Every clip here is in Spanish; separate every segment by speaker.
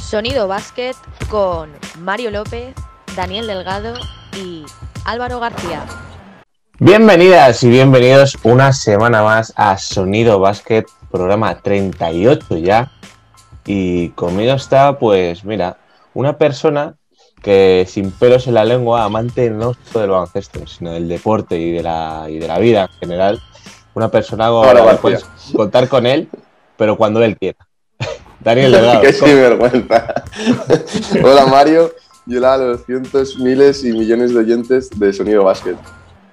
Speaker 1: Sonido Basket con Mario López, Daniel Delgado y Álvaro García.
Speaker 2: Bienvenidas y bienvenidos una semana más a Sonido Basket, programa 38 ya. Y conmigo está, pues mira, una persona que sin pelos en la lengua, amante no solo del baloncesto, sino del deporte y de la, y de la vida en general. Una persona con
Speaker 3: Ahora
Speaker 2: la que
Speaker 3: García.
Speaker 2: puedes contar con él, pero cuando él quiera. Daniel
Speaker 3: Así
Speaker 2: Delgado.
Speaker 3: que
Speaker 2: ¿cómo-
Speaker 3: sinvergüenza. Hola Mario y hola a los cientos, miles y millones de oyentes de Sonido Básquet.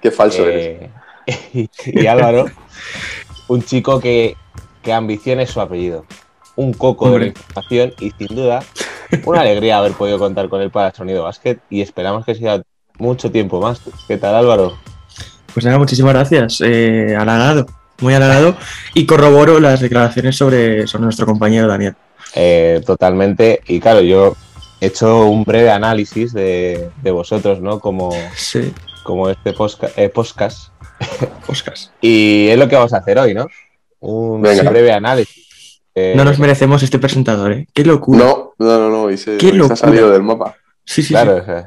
Speaker 3: Qué falso eres.
Speaker 2: Eh, y, y Álvaro, un chico que, que ambición es su apellido. Un coco
Speaker 4: Hombre.
Speaker 2: de la información y sin duda una alegría haber podido contar con él para Sonido Basket y esperamos que siga mucho tiempo más. ¿Qué tal Álvaro?
Speaker 4: Pues nada, muchísimas gracias. Eh, halagado, muy halagado. Y corroboro las declaraciones sobre, sobre nuestro compañero Daniel.
Speaker 2: Eh, totalmente. Y claro, yo he hecho un breve análisis de, de vosotros, ¿no? Como,
Speaker 4: Sí,
Speaker 2: como este posca- eh, podcast.
Speaker 4: Oscars.
Speaker 2: Y es lo que vamos a hacer hoy, ¿no? Un
Speaker 3: Venga.
Speaker 2: breve análisis. Eh,
Speaker 4: No nos merecemos este presentador, ¿eh? Qué locura.
Speaker 3: No, no, no, no. Y se,
Speaker 4: Qué
Speaker 3: y se
Speaker 4: locura.
Speaker 3: ha salido del mapa.
Speaker 4: Sí, sí, sí.
Speaker 2: Claro, o sea,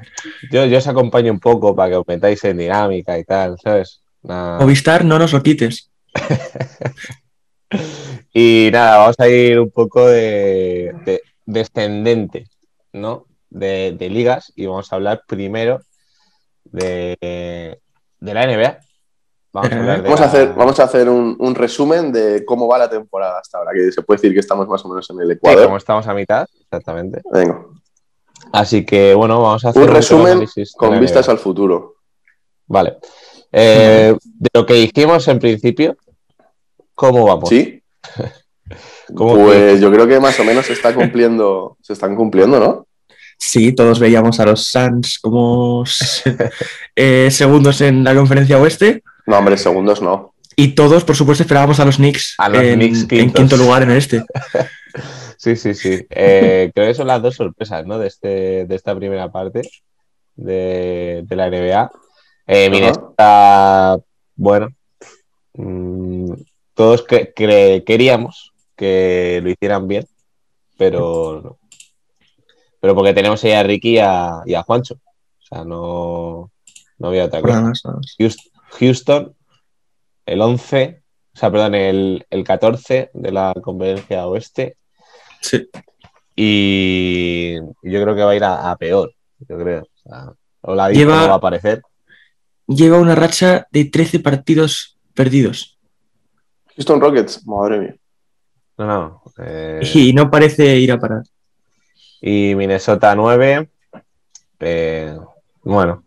Speaker 2: yo, yo os acompaño un poco para que aumentáis en dinámica y tal, ¿sabes? Nah.
Speaker 4: Movistar, no nos lo quites.
Speaker 2: Y nada, vamos a ir un poco de, de- descendente, ¿no? De, de ligas y vamos a hablar primero de, de la NBA. Vamos a, hablar de
Speaker 3: Vamos a
Speaker 2: la-
Speaker 3: hacer, vamos a hacer un, un resumen de cómo va la temporada hasta ahora, que se puede decir que estamos más o menos en el
Speaker 2: Sí,
Speaker 3: Ecuador.
Speaker 2: como estamos a mitad, exactamente.
Speaker 3: Venga,
Speaker 2: Así que bueno, vamos a hacer
Speaker 3: Un resumen
Speaker 2: análisis de la
Speaker 3: con vistas
Speaker 2: NBA.
Speaker 3: al futuro.
Speaker 2: Vale. Eh, de lo que dijimos en principio, ¿cómo vamos?
Speaker 3: ¿Sí?
Speaker 2: Pues, ¿Cómo
Speaker 3: Pues yo creo que más o menos se está cumpliendo, se están cumpliendo, ¿no?
Speaker 4: Sí, todos veíamos a los Suns como se- eh, segundos en la conferencia oeste.
Speaker 3: No, hombre, segundos no.
Speaker 4: Y todos, por supuesto, esperábamos a los Knicks,
Speaker 2: A los
Speaker 4: en,
Speaker 2: Knicks
Speaker 4: en
Speaker 2: quintos.
Speaker 4: quinto lugar en el este.
Speaker 2: Sí, sí, sí. Eh, creo que son las dos sorpresas, ¿no? De, este, de esta primera parte de, de la NBA. Eh, Minnesota, bueno, mm, todos cre- cre- queríamos que lo hicieran bien, pero no. Pero porque tenemos ahí a Ricky y a, y a Juancho. O sea, no, no había otra cosa.
Speaker 4: Nada más, nada más.
Speaker 2: Houst- Houston, el 11, o sea, perdón, el, el 14 de la conferencia oeste.
Speaker 4: Sí.
Speaker 2: Y yo creo que va a ir a, a peor, yo creo. O sea, Oladipo
Speaker 4: Lleva-
Speaker 2: no va a aparecer.
Speaker 4: Lleva una racha de 13 partidos perdidos.
Speaker 3: Houston Rockets, madre mía.
Speaker 2: No, no. eh,
Speaker 4: Y no parece ir a parar.
Speaker 2: y Minnesota 9. eh, bueno.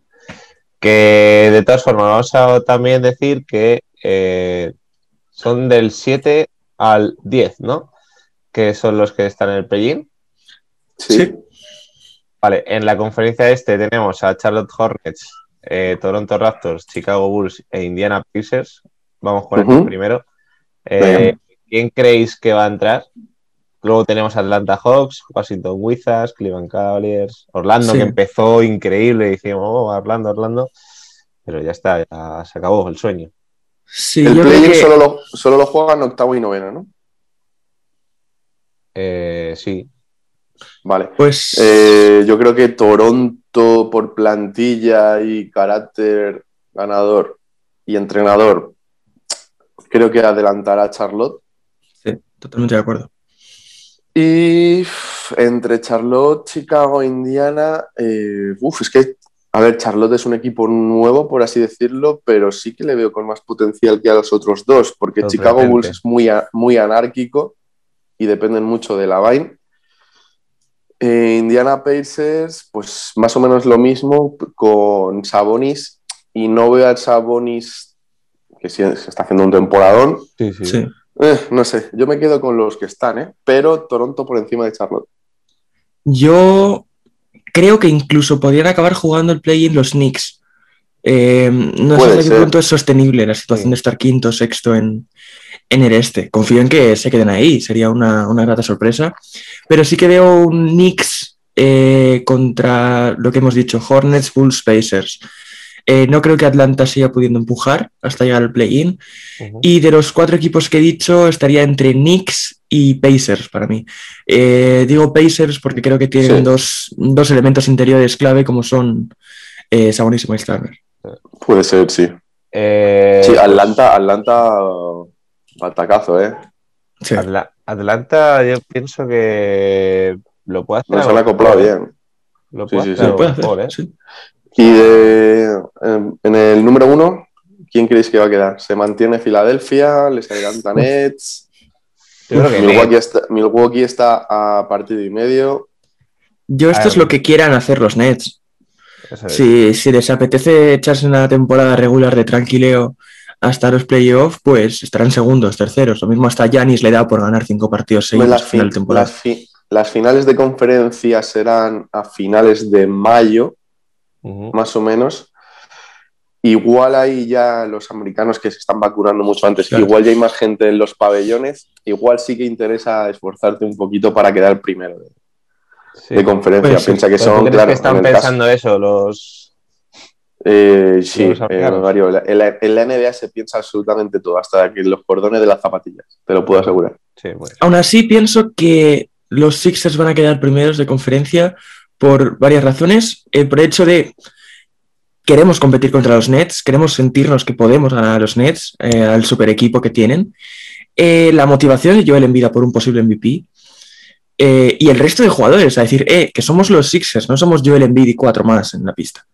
Speaker 2: Que de todas formas, vamos a también decir que eh, son del 7 al 10, ¿no? Que son los que están en el play
Speaker 3: Sí.
Speaker 4: Sí.
Speaker 2: Vale, en la conferencia este tenemos a Charlotte Hornets, eh, Toronto Raptors, Chicago Bulls e Indiana Pacers. Vamos con
Speaker 3: Ujú.
Speaker 2: esto primero. Eh, ¿Quién creéis que va a entrar? Luego tenemos Atlanta Hawks, Washington Wizards, Cleveland Cavaliers, Orlando,
Speaker 4: Sí.
Speaker 2: que empezó increíble. Dijimos, oh, Orlando, Orlando. Pero ya está, ya se acabó el sueño.
Speaker 4: Sí,
Speaker 3: El
Speaker 4: yo creo
Speaker 3: play
Speaker 4: que-
Speaker 3: solo lo, solo lo juegan octavo y novena, ¿no?
Speaker 2: Eh, sí,
Speaker 3: Vale.
Speaker 4: Pues
Speaker 3: Eh, yo creo que Toronto, por plantilla y carácter ganador y entrenador, creo que adelantará a Charlotte.
Speaker 4: sí, totalmente de acuerdo.
Speaker 3: Y uf, entre Charlotte, Chicago, Indiana, eh, uf, es que, a ver, Charlotte es un equipo nuevo, por así decirlo, pero sí que le veo con más potencial que a los otros dos, porque
Speaker 2: Sorprendente.
Speaker 3: Chicago Bulls es muy, a- muy anárquico y dependen mucho de la Vine. Eh, Indiana Pacers, pues más o menos lo mismo p- con Sabonis, y no veo a Sabonis, que sí, se está haciendo un temporadón.
Speaker 2: sí, sí.
Speaker 4: Sí.
Speaker 3: Eh, no sé, yo me quedo con los que están, ¿eh? pero Toronto por encima de Charlotte.
Speaker 4: Yo creo que incluso podrían acabar jugando el play-in los Knicks. Eh, no sé
Speaker 3: Puede
Speaker 4: hasta qué
Speaker 3: ser.
Speaker 4: punto es sostenible la situación
Speaker 2: Sí.
Speaker 4: de estar quinto o sexto en, en el este. Confío en que se queden ahí, sería una, una grata sorpresa. Pero sí que veo un Knicks eh, contra lo que hemos dicho, Hornets, Bulls, Pacers. Eh, no creo que Atlanta siga pudiendo empujar hasta llegar al play-in.
Speaker 2: Ujú.
Speaker 4: Y de los cuatro equipos que he dicho, estaría entre Knicks, y Pacers para mí. Eh, digo Pacers porque creo que tienen
Speaker 3: Sí.
Speaker 4: dos, dos elementos interiores clave como son eh, Sabonis y Miles Turner.
Speaker 3: Puede ser, sí.
Speaker 2: Eh,
Speaker 3: Sí, Atlanta, Atlanta, batacazo, ¿eh?
Speaker 4: Sí.
Speaker 2: Atla- Atlanta, yo pienso que lo puede hacer.
Speaker 3: Nos
Speaker 2: a
Speaker 3: han
Speaker 2: lo
Speaker 3: acoplado
Speaker 2: mejor, ¿eh?
Speaker 3: bien.
Speaker 2: Lo
Speaker 3: Sí,
Speaker 2: puede
Speaker 3: sí,
Speaker 2: hacer
Speaker 3: sí.
Speaker 2: a
Speaker 4: Se
Speaker 2: lo
Speaker 4: puede hacer,
Speaker 2: mejor, ¿eh?
Speaker 4: sí.
Speaker 3: Y de, en en el número uno, ¿quién creéis que va a quedar? ¿Se mantiene Filadelfia? ¿Les adelanta Nets?
Speaker 2: Yo creo que
Speaker 3: Milwaukee,
Speaker 2: Nets.
Speaker 3: está, Milwaukee está a partido y medio.
Speaker 4: Yo esto
Speaker 2: Ah,
Speaker 4: es lo que quieran hacer los Nets.
Speaker 2: Eso es.
Speaker 4: Si, si les apetece echarse una temporada regular de tranquileo hasta los playoffs, pues estarán segundos, terceros. Lo mismo hasta Yanis le da por ganar cinco partidos seguidos al
Speaker 3: Las,
Speaker 4: final de
Speaker 3: fin-
Speaker 4: temporada.
Speaker 3: las fi- las finales de conferencia serán a finales de mayo,
Speaker 2: Ujú.
Speaker 3: más o menos. Igual ahí ya los americanos que se están vacunando mucho antes,
Speaker 4: Claro.
Speaker 3: igual ya hay más gente en los pabellones, igual sí que interesa esforzarte un poquito para quedar primero de,
Speaker 2: Sí.
Speaker 3: de conferencia.
Speaker 4: Pues sí.
Speaker 3: Piensa que
Speaker 2: ¿Pero tú
Speaker 3: son,
Speaker 2: crees
Speaker 3: claro,
Speaker 2: que
Speaker 3: en
Speaker 2: están
Speaker 3: el caso-
Speaker 2: pensando eso los.
Speaker 3: Eh, sí,
Speaker 2: Los
Speaker 3: eh,
Speaker 2: americanos.
Speaker 3: Mario, la- en, la, en la NBA se piensa absolutamente todo, hasta que en los cordones de las zapatillas, te lo puedo asegurar.
Speaker 2: Sí, bueno.
Speaker 4: Aún así, pienso que los Sixers van a quedar primeros de conferencia por varias razones. Eh, por el hecho de queremos competir contra los Nets, queremos sentirnos que podemos ganar a los Nets, eh, al super equipo que tienen. Eh, la motivación de Joel Envida por un posible MVP. Eh, y el resto de jugadores, a decir, eh, que somos los Sixers, no somos Joel Embiid y cuatro más en la pista.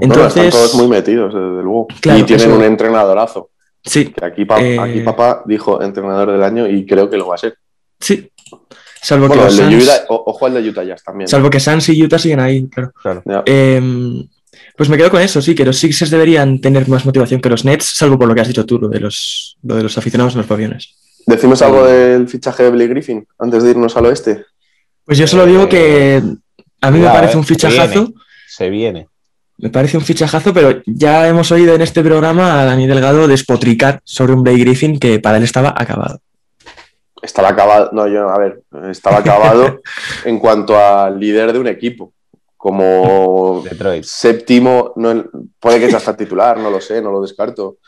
Speaker 3: No, no, están
Speaker 4: Entonces-
Speaker 3: todos muy metidos, desde luego.
Speaker 4: Claro,
Speaker 3: y tienen
Speaker 4: eso-
Speaker 3: un entrenadorazo,
Speaker 4: Sí,
Speaker 3: que aquí, pa-
Speaker 4: Eh.
Speaker 3: aquí papá dijo entrenador del año y creo que lo va a ser.
Speaker 4: sí. Salvo que
Speaker 3: Bueno,
Speaker 4: los
Speaker 3: el de
Speaker 4: Suns-
Speaker 3: Utah- o- ojo al de Utah Jazz también.
Speaker 4: Salvo que Sans y Utah siguen ahí, claro.
Speaker 2: Claro.
Speaker 3: Ya.
Speaker 4: Eh, pues me quedo con eso, sí, que los Sixers deberían tener más motivación que los Nets, salvo por lo que has dicho tú, lo de los, lo de los aficionados en los pabellones.
Speaker 3: Decimos algo del fichaje de Billy Griffin antes de irnos al oeste.
Speaker 4: Pues yo solo digo que a mí me
Speaker 2: Cuidado,
Speaker 4: parece
Speaker 2: eh,
Speaker 4: un fichajazo,
Speaker 2: viene. Se viene.
Speaker 4: me parece un fichajazo, pero ya hemos oído en este programa a Dani Delgado despotricar sobre un Blake Griffin que para él estaba acabado.
Speaker 3: Estaba acabado, no, yo, a ver, estaba acabado en cuanto al líder de un equipo, como
Speaker 2: Detroit.
Speaker 3: séptimo, no, puede que sea hasta titular, no lo sé, no lo descarto,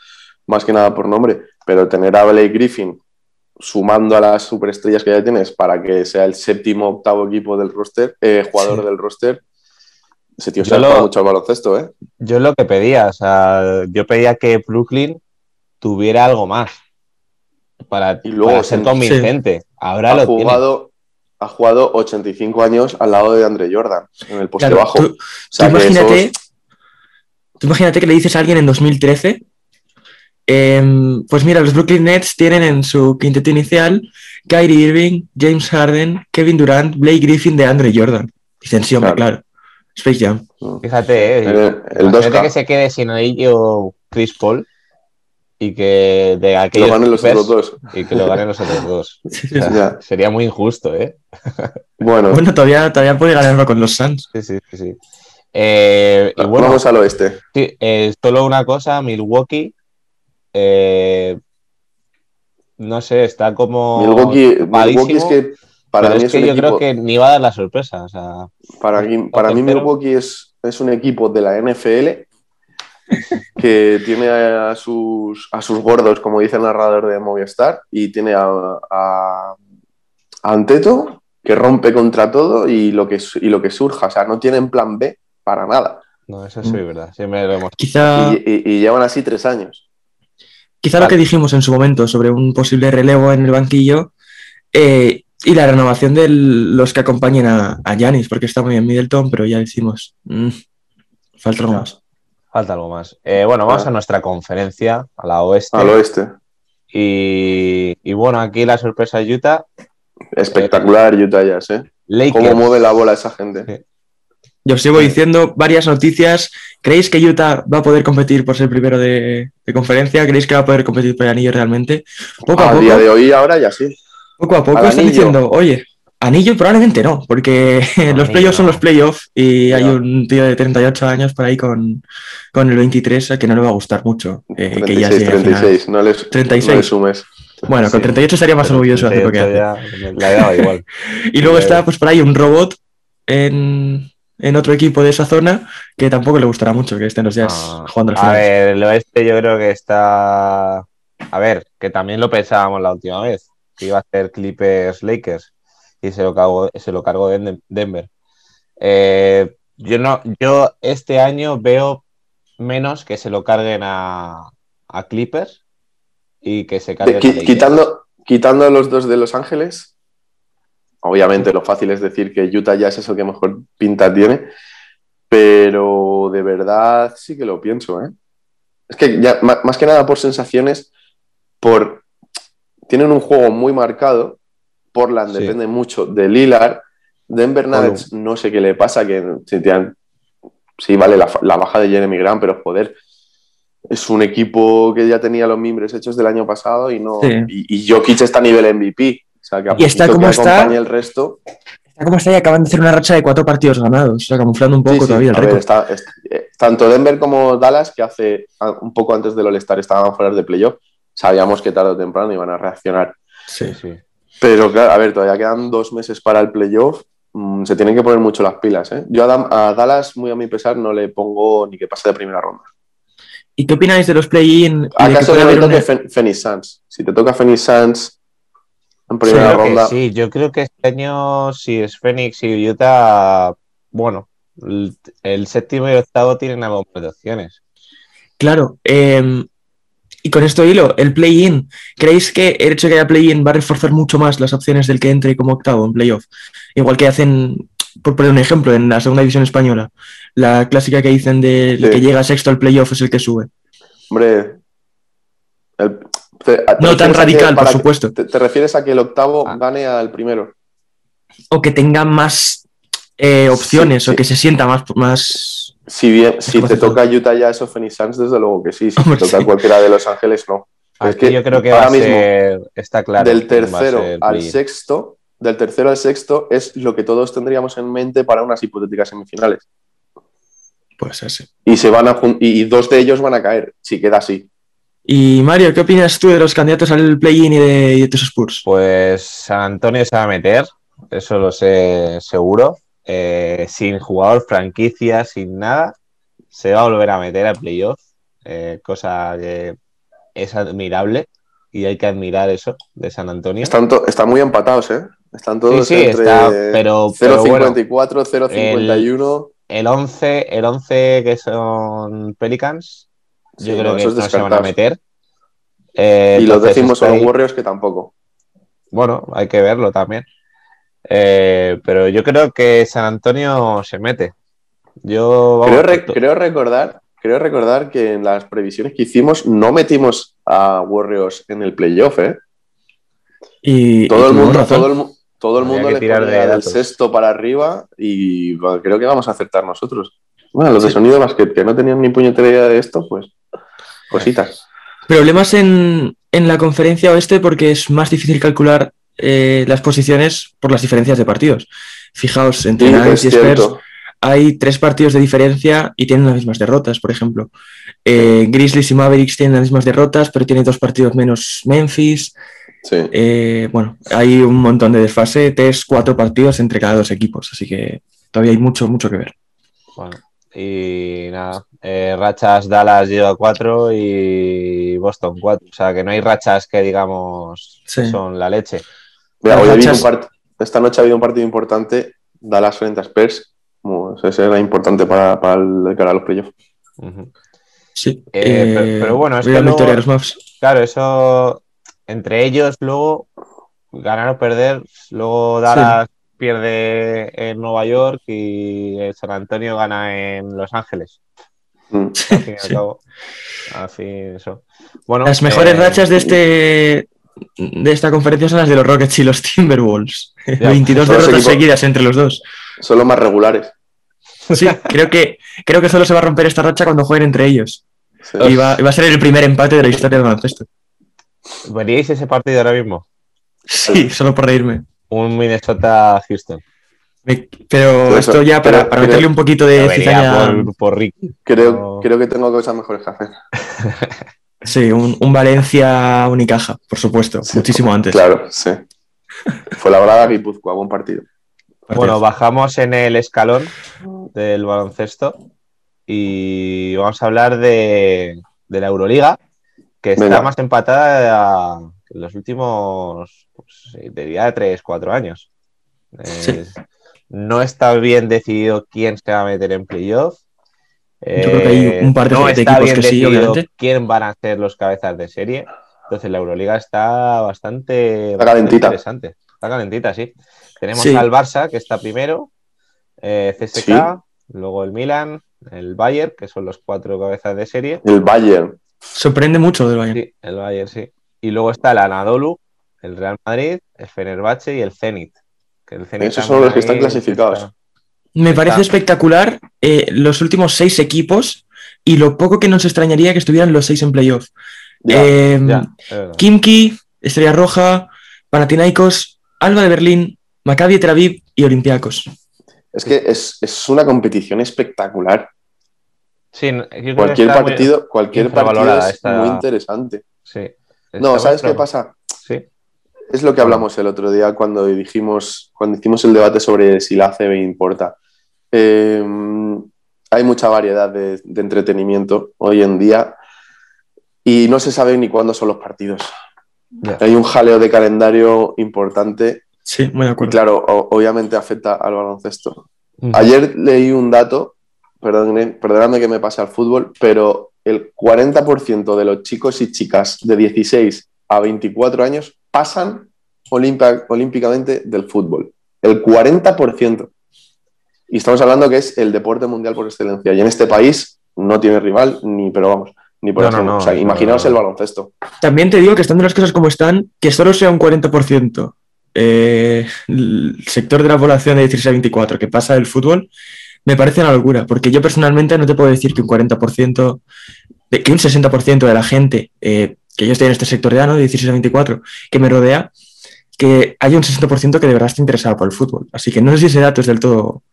Speaker 3: más que nada por nombre, pero tener a Blake Griffin sumando a las superestrellas que ya tienes para que sea el séptimo octavo equipo del roster, eh, jugador
Speaker 4: Sí.
Speaker 3: del roster, ese tío se
Speaker 2: Yo
Speaker 3: ha
Speaker 2: lo-
Speaker 3: jugado mucho al baloncesto, ¿eh?
Speaker 2: Yo lo que pedía, o sea, yo pedía que Brooklyn tuviera algo más para,
Speaker 3: Y luego
Speaker 2: para ser
Speaker 3: sí.
Speaker 2: convincente. Ahora
Speaker 3: Ha
Speaker 2: lo tiene.
Speaker 3: jugado, ha jugado 85 años al lado de Andre Jordan, en el
Speaker 2: Pues
Speaker 3: poste
Speaker 4: Claro,
Speaker 3: bajo.
Speaker 4: tú-
Speaker 3: O sea,
Speaker 4: tú
Speaker 3: que
Speaker 4: imagínate,
Speaker 3: esos-
Speaker 4: tú imagínate que le dices a alguien en 2013, em, pues mira, los Brooklyn Nets tienen en su quinteto inicial Kyrie Irving, James Harden, Kevin Durant, Blake Griffin de Andre Jordan. Dicen, sí, hombre, claro. Space Jam.
Speaker 2: Fíjate, eh,
Speaker 3: el, el
Speaker 2: imagínate
Speaker 3: 2K.
Speaker 2: que se quede sin anillo Chris Paul y que de aquellos
Speaker 3: Lo ganan los
Speaker 2: Clippers
Speaker 3: otros dos.
Speaker 2: y que lo ganen los otros dos. O
Speaker 4: Sí, sí, sí.
Speaker 2: sea,
Speaker 3: Ya.
Speaker 2: sería muy injusto, ¿eh?
Speaker 3: Bueno,
Speaker 4: Bueno, todavía, todavía puede ganarlo con los Suns.
Speaker 2: Sí, sí, sí, sí. Eh, y bueno,
Speaker 3: vamos al oeste.
Speaker 2: sí, eh, solo una cosa, Milwaukee, eh, no sé, está como...
Speaker 3: Milwaukee,
Speaker 2: malísimo,
Speaker 3: Milwaukee es que para
Speaker 2: Pero
Speaker 3: mí
Speaker 2: es que
Speaker 3: un
Speaker 2: yo creo
Speaker 3: equipo-
Speaker 2: que ni va a dar la sorpresa. O sea,
Speaker 3: Para, mí- para mí
Speaker 2: tercero.
Speaker 3: Milwaukee es, es un equipo de la NFL que tiene a sus, a sus gordos, como dice el narrador de Movistar, y tiene a, a- a Anteto, que rompe contra todo y lo que, su- y lo que surja. O sea, no tienen plan B para nada.
Speaker 2: no, eso
Speaker 4: Mm.
Speaker 2: sí es verdad. Siempre lo hemos.
Speaker 4: Quizá,
Speaker 3: Y, y- y llevan así tres años.
Speaker 4: quizá lo que dijimos en su momento sobre un posible relevo en el banquillo eh, y la renovación de los que acompañen a Yanis, porque está muy bien Middleton, pero ya decimos, mm, falta algo más.
Speaker 2: Falta algo más. Eh, bueno, vamos
Speaker 3: Claro.
Speaker 2: a nuestra conferencia, a la oeste.
Speaker 3: Al oeste.
Speaker 2: Y, y bueno, aquí la sorpresa de Utah.
Speaker 3: Espectacular, Utah Jazz, ¿eh?
Speaker 2: Lakers.
Speaker 3: Cómo mueve la bola esa gente.
Speaker 4: Yo os sigo diciendo varias noticias. ¿Creéis que Utah va a poder competir por ser primero de, de conferencia? ¿Creéis que va a poder competir por el anillo realmente? Poco a,
Speaker 3: A
Speaker 4: poco,
Speaker 3: día de hoy, ahora ya sí.
Speaker 4: poco a poco
Speaker 3: al
Speaker 4: están
Speaker 3: anillo.
Speaker 4: diciendo, oye, anillo probablemente no, porque los
Speaker 2: Anillo
Speaker 4: playoffs son
Speaker 2: no.
Speaker 4: los playoffs y hay
Speaker 3: Ya.
Speaker 4: un tío de 38 años por ahí con, con el 23 a que no le va a gustar mucho. eh, que
Speaker 3: 36,
Speaker 4: ya llegue a final.
Speaker 3: 36. No les,
Speaker 4: 36.
Speaker 3: no les sumes.
Speaker 4: Bueno, con
Speaker 3: Sí.
Speaker 4: 38 estaría más orgulloso de hacer lo que hace.
Speaker 2: Ya, la he dado igual.
Speaker 4: Y
Speaker 2: Claro.
Speaker 4: luego está pues por ahí un robot en, en otro equipo de esa zona que tampoco le gustará mucho que estén los Jazz
Speaker 2: Ah,
Speaker 4: jugando al
Speaker 2: a
Speaker 4: final.
Speaker 2: ver, el oeste yo creo que está. A ver, que también lo pensábamos la última vez. que iba a hacer Clippers Lakers y se lo cargó, se lo cargó Den- Denver. Eh, yo no, yo este año veo menos que se lo carguen a, a Clippers y que se carguen
Speaker 3: De- qui-
Speaker 2: a Lakers.
Speaker 3: quitando, quitando a los dos de Los Ángeles, obviamente lo fácil es decir que Utah ya es eso que mejor pinta tiene, pero de verdad sí que lo pienso. ¿eh? Es que ya, ma- más que nada por sensaciones, por tienen un juego muy marcado, Portland
Speaker 2: Sí.
Speaker 3: depende mucho de Lillard, Denver Nuggets no sé qué le pasa, que si te han- sí, vale, la, fa- la baja de Jeremy Grant, pero joder, es un equipo que ya tenía los mimbres hechos del año pasado y no.
Speaker 4: Sí.
Speaker 3: Y, y Jokic está a nivel MVP. O sea, que a
Speaker 4: Y está
Speaker 3: poquito
Speaker 4: como
Speaker 3: que
Speaker 4: está.
Speaker 3: acompañe el resto.
Speaker 4: Está como está y acaban de hacer una racha de cuatro partidos ganados, o sea, camuflando un poco
Speaker 3: Sí, sí,
Speaker 4: todavía el
Speaker 3: a ver,
Speaker 4: récord.
Speaker 3: está- es- eh, tanto Denver como Dallas, que hace ah, un poco antes del All-Star estaban fuera de playoff, sabíamos que tarde o temprano iban a reaccionar.
Speaker 4: Sí.
Speaker 2: Sí.
Speaker 3: Pero claro, a ver, todavía quedan dos meses para el playoff. Mm, se tienen que poner mucho las pilas. ¿eh? Yo a, Dam- a Dallas, muy a mi pesar, no le pongo ni que pase de primera ronda.
Speaker 4: ¿Y qué opináis de los play-in? y de que
Speaker 3: ¿Acaso
Speaker 4: puede
Speaker 3: no le
Speaker 4: haber
Speaker 3: toque
Speaker 4: una-
Speaker 3: Fen- Phoenix Suns? Si te toca Phoenix Suns en
Speaker 2: Yo
Speaker 3: primera
Speaker 2: creo que
Speaker 3: ronda,
Speaker 2: sí, yo creo que este año, si es Phoenix y Utah, bueno, el, el séptimo y octavo tienen ambas opciones.
Speaker 4: Claro. eh, y con esto hilo, el play-in. ¿Creéis que el hecho de que haya play-in va a reforzar mucho más las opciones del que entre como octavo en playoff? Igual que hacen, por poner un ejemplo, en la segunda división española. La clásica que dicen de el
Speaker 3: Sí.
Speaker 4: que llega sexto al playoff es el que sube.
Speaker 3: hombre. el- te- te
Speaker 4: No tan
Speaker 3: refieres a que
Speaker 4: radical, por
Speaker 3: para-
Speaker 4: supuesto.
Speaker 3: Te, te refieres a que el octavo
Speaker 2: Ah.
Speaker 3: gane al primero?
Speaker 4: O que tenga más eh, opciones,
Speaker 3: Sí,
Speaker 4: o
Speaker 3: sí.
Speaker 4: que se sienta más. más...
Speaker 3: Si bien, si
Speaker 4: como
Speaker 3: te
Speaker 4: hace todo.
Speaker 3: toca Utah ya eso Phoenix Suns, desde luego que sí. Si te
Speaker 4: Hombre,
Speaker 3: toca
Speaker 4: sí.
Speaker 3: cualquiera de Los Ángeles, no. Es
Speaker 2: Aquí
Speaker 3: que
Speaker 2: yo creo que
Speaker 3: ahora
Speaker 2: va a
Speaker 3: mismo,
Speaker 2: ser, está claro.
Speaker 3: del
Speaker 2: quién va a
Speaker 3: tercero
Speaker 2: ser
Speaker 3: al
Speaker 2: play-in.
Speaker 3: sexto, del tercero al sexto es lo que todos tendríamos en mente para unas hipotéticas semifinales.
Speaker 4: Pues así.
Speaker 3: Y se van a jun- y, y dos de ellos van a caer, si queda así.
Speaker 4: Y Mario, ¿qué opinas tú de los candidatos al play-in y de, y de tus Spurs?
Speaker 2: Pues San Antonio se va a meter, eso lo sé seguro. Eh, sin jugador, franquicia, sin nada, se va a volver a meter a playoff, eh, cosa que es admirable y hay que admirar eso de San Antonio.
Speaker 3: Están, to- están muy empatados, ¿eh? Están todos
Speaker 2: sí, sí,
Speaker 3: entre
Speaker 2: está, pero, pero bueno,
Speaker 3: 0.54, 0.51.
Speaker 2: el 11, el 11 que son Pelicans, yo
Speaker 3: Sí,
Speaker 2: creo
Speaker 3: no,
Speaker 2: que
Speaker 3: esos
Speaker 2: no se van a
Speaker 3: descartados.
Speaker 2: meter. Eh,
Speaker 3: Y los
Speaker 2: entonces
Speaker 3: decimos
Speaker 2: está
Speaker 3: son
Speaker 2: ahí.
Speaker 3: Warriors que tampoco.
Speaker 2: Bueno, hay que verlo también. Eh, pero yo creo que San Antonio se mete. Yo vamos,
Speaker 3: Creo, re-
Speaker 2: to-
Speaker 3: creo recordar, creo recordar que en las previsiones que hicimos no metimos a Warriors en el playoff, ¿eh?
Speaker 4: Y, y
Speaker 3: Todo el
Speaker 4: tuvimos
Speaker 3: mundo,
Speaker 4: razón.
Speaker 3: todo el, mu- todo el
Speaker 2: Habría
Speaker 3: mundo
Speaker 2: que
Speaker 3: le
Speaker 2: tirar de
Speaker 3: ponía del
Speaker 2: datos.
Speaker 3: sexto para arriba y bueno, creo que vamos a acertar nosotros. Bueno, los de sonido basket que no tenían ni puñetera idea de esto, pues cositas.
Speaker 4: Problemas en, en la conferencia oeste porque es más difícil calcular eh, las posiciones por las diferencias de partidos. Fijaos, entre
Speaker 3: Sí,
Speaker 4: Nuggets
Speaker 3: es
Speaker 4: y Spurs
Speaker 3: cierto.
Speaker 4: hay tres partidos de diferencia y tienen las mismas derrotas, por ejemplo. Eh, Grizzlies y Mavericks tienen las mismas derrotas, pero tienen dos partidos menos Memphis.
Speaker 3: Sí.
Speaker 4: Eh, bueno, hay un montón de desfase, tres, cuatro partidos entre cada dos equipos, así que todavía hay mucho, mucho que ver.
Speaker 2: Bueno, y nada, eh, rachas Dallas lleva cuatro y Boston cuatro. O sea, que no hay rachas que digamos
Speaker 4: Sí.
Speaker 2: son la leche.
Speaker 3: Mira,
Speaker 4: Las
Speaker 3: hoy ha habido
Speaker 4: rachas-
Speaker 3: un part- Esta noche ha habido un partido importante, Dallas frente a Spurs. Bueno, Ese era importante para, para el de cara a los playoffs.
Speaker 2: Ujú.
Speaker 4: Sí.
Speaker 2: Eh, pero- pero bueno, es
Speaker 4: voy a
Speaker 2: que luego-
Speaker 4: victoria a los Mavs.
Speaker 2: Claro, eso entre ellos luego ganar o perder, luego Dallas pierde en Nueva York y el San Antonio gana en Los Ángeles.
Speaker 3: Mm.
Speaker 2: al fin y al
Speaker 4: Sí.
Speaker 2: cabo. Al fin, eso. Bueno,
Speaker 4: Las mejores
Speaker 2: eh,
Speaker 4: rachas de este de esta conferencia son las de los Rockets y los Timberwolves. 22
Speaker 3: son los
Speaker 4: derrotas
Speaker 3: equipos-
Speaker 4: seguidas entre los dos.
Speaker 3: Son los más regulares.
Speaker 4: Sí, creo que creo que solo se va a romper esta racha cuando jueguen entre ellos.
Speaker 3: Sí.
Speaker 4: Y va, y va a ser el primer empate de la historia del baloncesto.
Speaker 2: ¿Veríais ese partido ahora mismo?
Speaker 4: Sí, solo por reírme.
Speaker 2: Un Minnesota-Houston.
Speaker 4: Me- pero esto ya para, para meterle un poquito
Speaker 2: Lo
Speaker 4: de
Speaker 2: vería
Speaker 4: cizaña.
Speaker 2: por, por Ricky.
Speaker 3: Creo,
Speaker 2: No.
Speaker 3: creo que tengo cosas mejores que hacer.
Speaker 4: Sí, un, un Valencia Unicaja, por supuesto.
Speaker 3: Sí,
Speaker 4: muchísimo antes.
Speaker 3: Claro, sí. Fue la brava Guipúzcoa, buen partido.
Speaker 2: Bueno, bajamos en el escalón del baloncesto y vamos a hablar de, de la Euroliga, que está
Speaker 3: Venga.
Speaker 2: más empatada en los últimos pues, pues, diría 3, 4 años. Eh, sí. No está bien decidido quién se va a meter en playoff. Eh,
Speaker 4: Yo creo que hay un par de,
Speaker 2: no
Speaker 4: de
Speaker 2: está
Speaker 4: equipos
Speaker 2: bien
Speaker 4: que sí,
Speaker 2: decidido
Speaker 4: obviamente.
Speaker 2: quién van a ser los cabezas de serie. Entonces la Euroliga está bastante, bastante
Speaker 3: Está calentita.
Speaker 2: interesante. Está calentita, sí. Tenemos
Speaker 4: Sí.
Speaker 2: al Barça, que está primero, eh, CSK, luego el Milan, el Bayern, que son los cuatro cabezas de serie.
Speaker 3: El Bayern.
Speaker 4: Sorprende mucho del Bayern.
Speaker 2: Sí, el Bayern, sí. Y luego está el Anadolu, el Real Madrid, el Fenerbahce y el Zenit. Que el Zenit también
Speaker 3: Esos son los
Speaker 2: ahí
Speaker 3: que están clasificados.
Speaker 2: está-
Speaker 4: Me parece
Speaker 2: Está.
Speaker 4: espectacular eh, los últimos seis equipos y lo poco que nos extrañaría que estuvieran los seis en playoff.
Speaker 3: Ya,
Speaker 4: Eh,
Speaker 2: Ya, es verdad.
Speaker 4: Kimki, Estrella Roja, Panathinaikos, Alba de Berlín, Maccabi de Tel Aviv y Olympiacos.
Speaker 3: Es que es, es una competición espectacular.
Speaker 2: Sí, no- yo creo que
Speaker 3: Cualquier
Speaker 2: está muy-
Speaker 3: partido, cualquier partido
Speaker 2: infravalorada
Speaker 3: es
Speaker 2: esta-
Speaker 3: muy interesante.
Speaker 2: sí.
Speaker 3: No,
Speaker 2: Está
Speaker 3: ¿sabes
Speaker 2: muy
Speaker 3: qué pasa?
Speaker 2: Sí.
Speaker 3: Es lo que hablamos el otro día cuando dijimos, cuando hicimos el debate sobre si la ACB importa. Eh, hay mucha variedad de, de entretenimiento hoy en día y no se sabe ni cuándo son los partidos.
Speaker 2: Ya.
Speaker 3: Hay un jaleo de calendario importante
Speaker 4: Sí, muy de
Speaker 3: y
Speaker 4: acuerdo.
Speaker 3: claro, o- obviamente afecta al baloncesto. Ayer leí un dato, perdón, perdonadme que me pase al fútbol, pero el 40% de los chicos y chicas de 16 a 24 años pasan olimpa- olímpicamente del fútbol. El 40%. Y estamos hablando que es el deporte mundial por excelencia. Y en este país no tiene rival, ni, pero vamos, ni por
Speaker 2: No,
Speaker 3: ejemplo.
Speaker 2: no, no,
Speaker 3: o sea,
Speaker 2: no,
Speaker 3: imaginaos
Speaker 2: no.
Speaker 3: el baloncesto.
Speaker 4: También te digo que estando las cosas como están, que solo sea un 40% eh, el sector de la población de 16 a 24 que pasa del fútbol, me parece una locura, porque yo personalmente no te puedo decir que un 40%, de- que un 60% de la gente eh, que yo estoy en este sector ya, ¿no? De 16 a 24, que me rodea, que hay un 60% que de verdad está interesado por el fútbol. Así que no sé si ese dato es del todo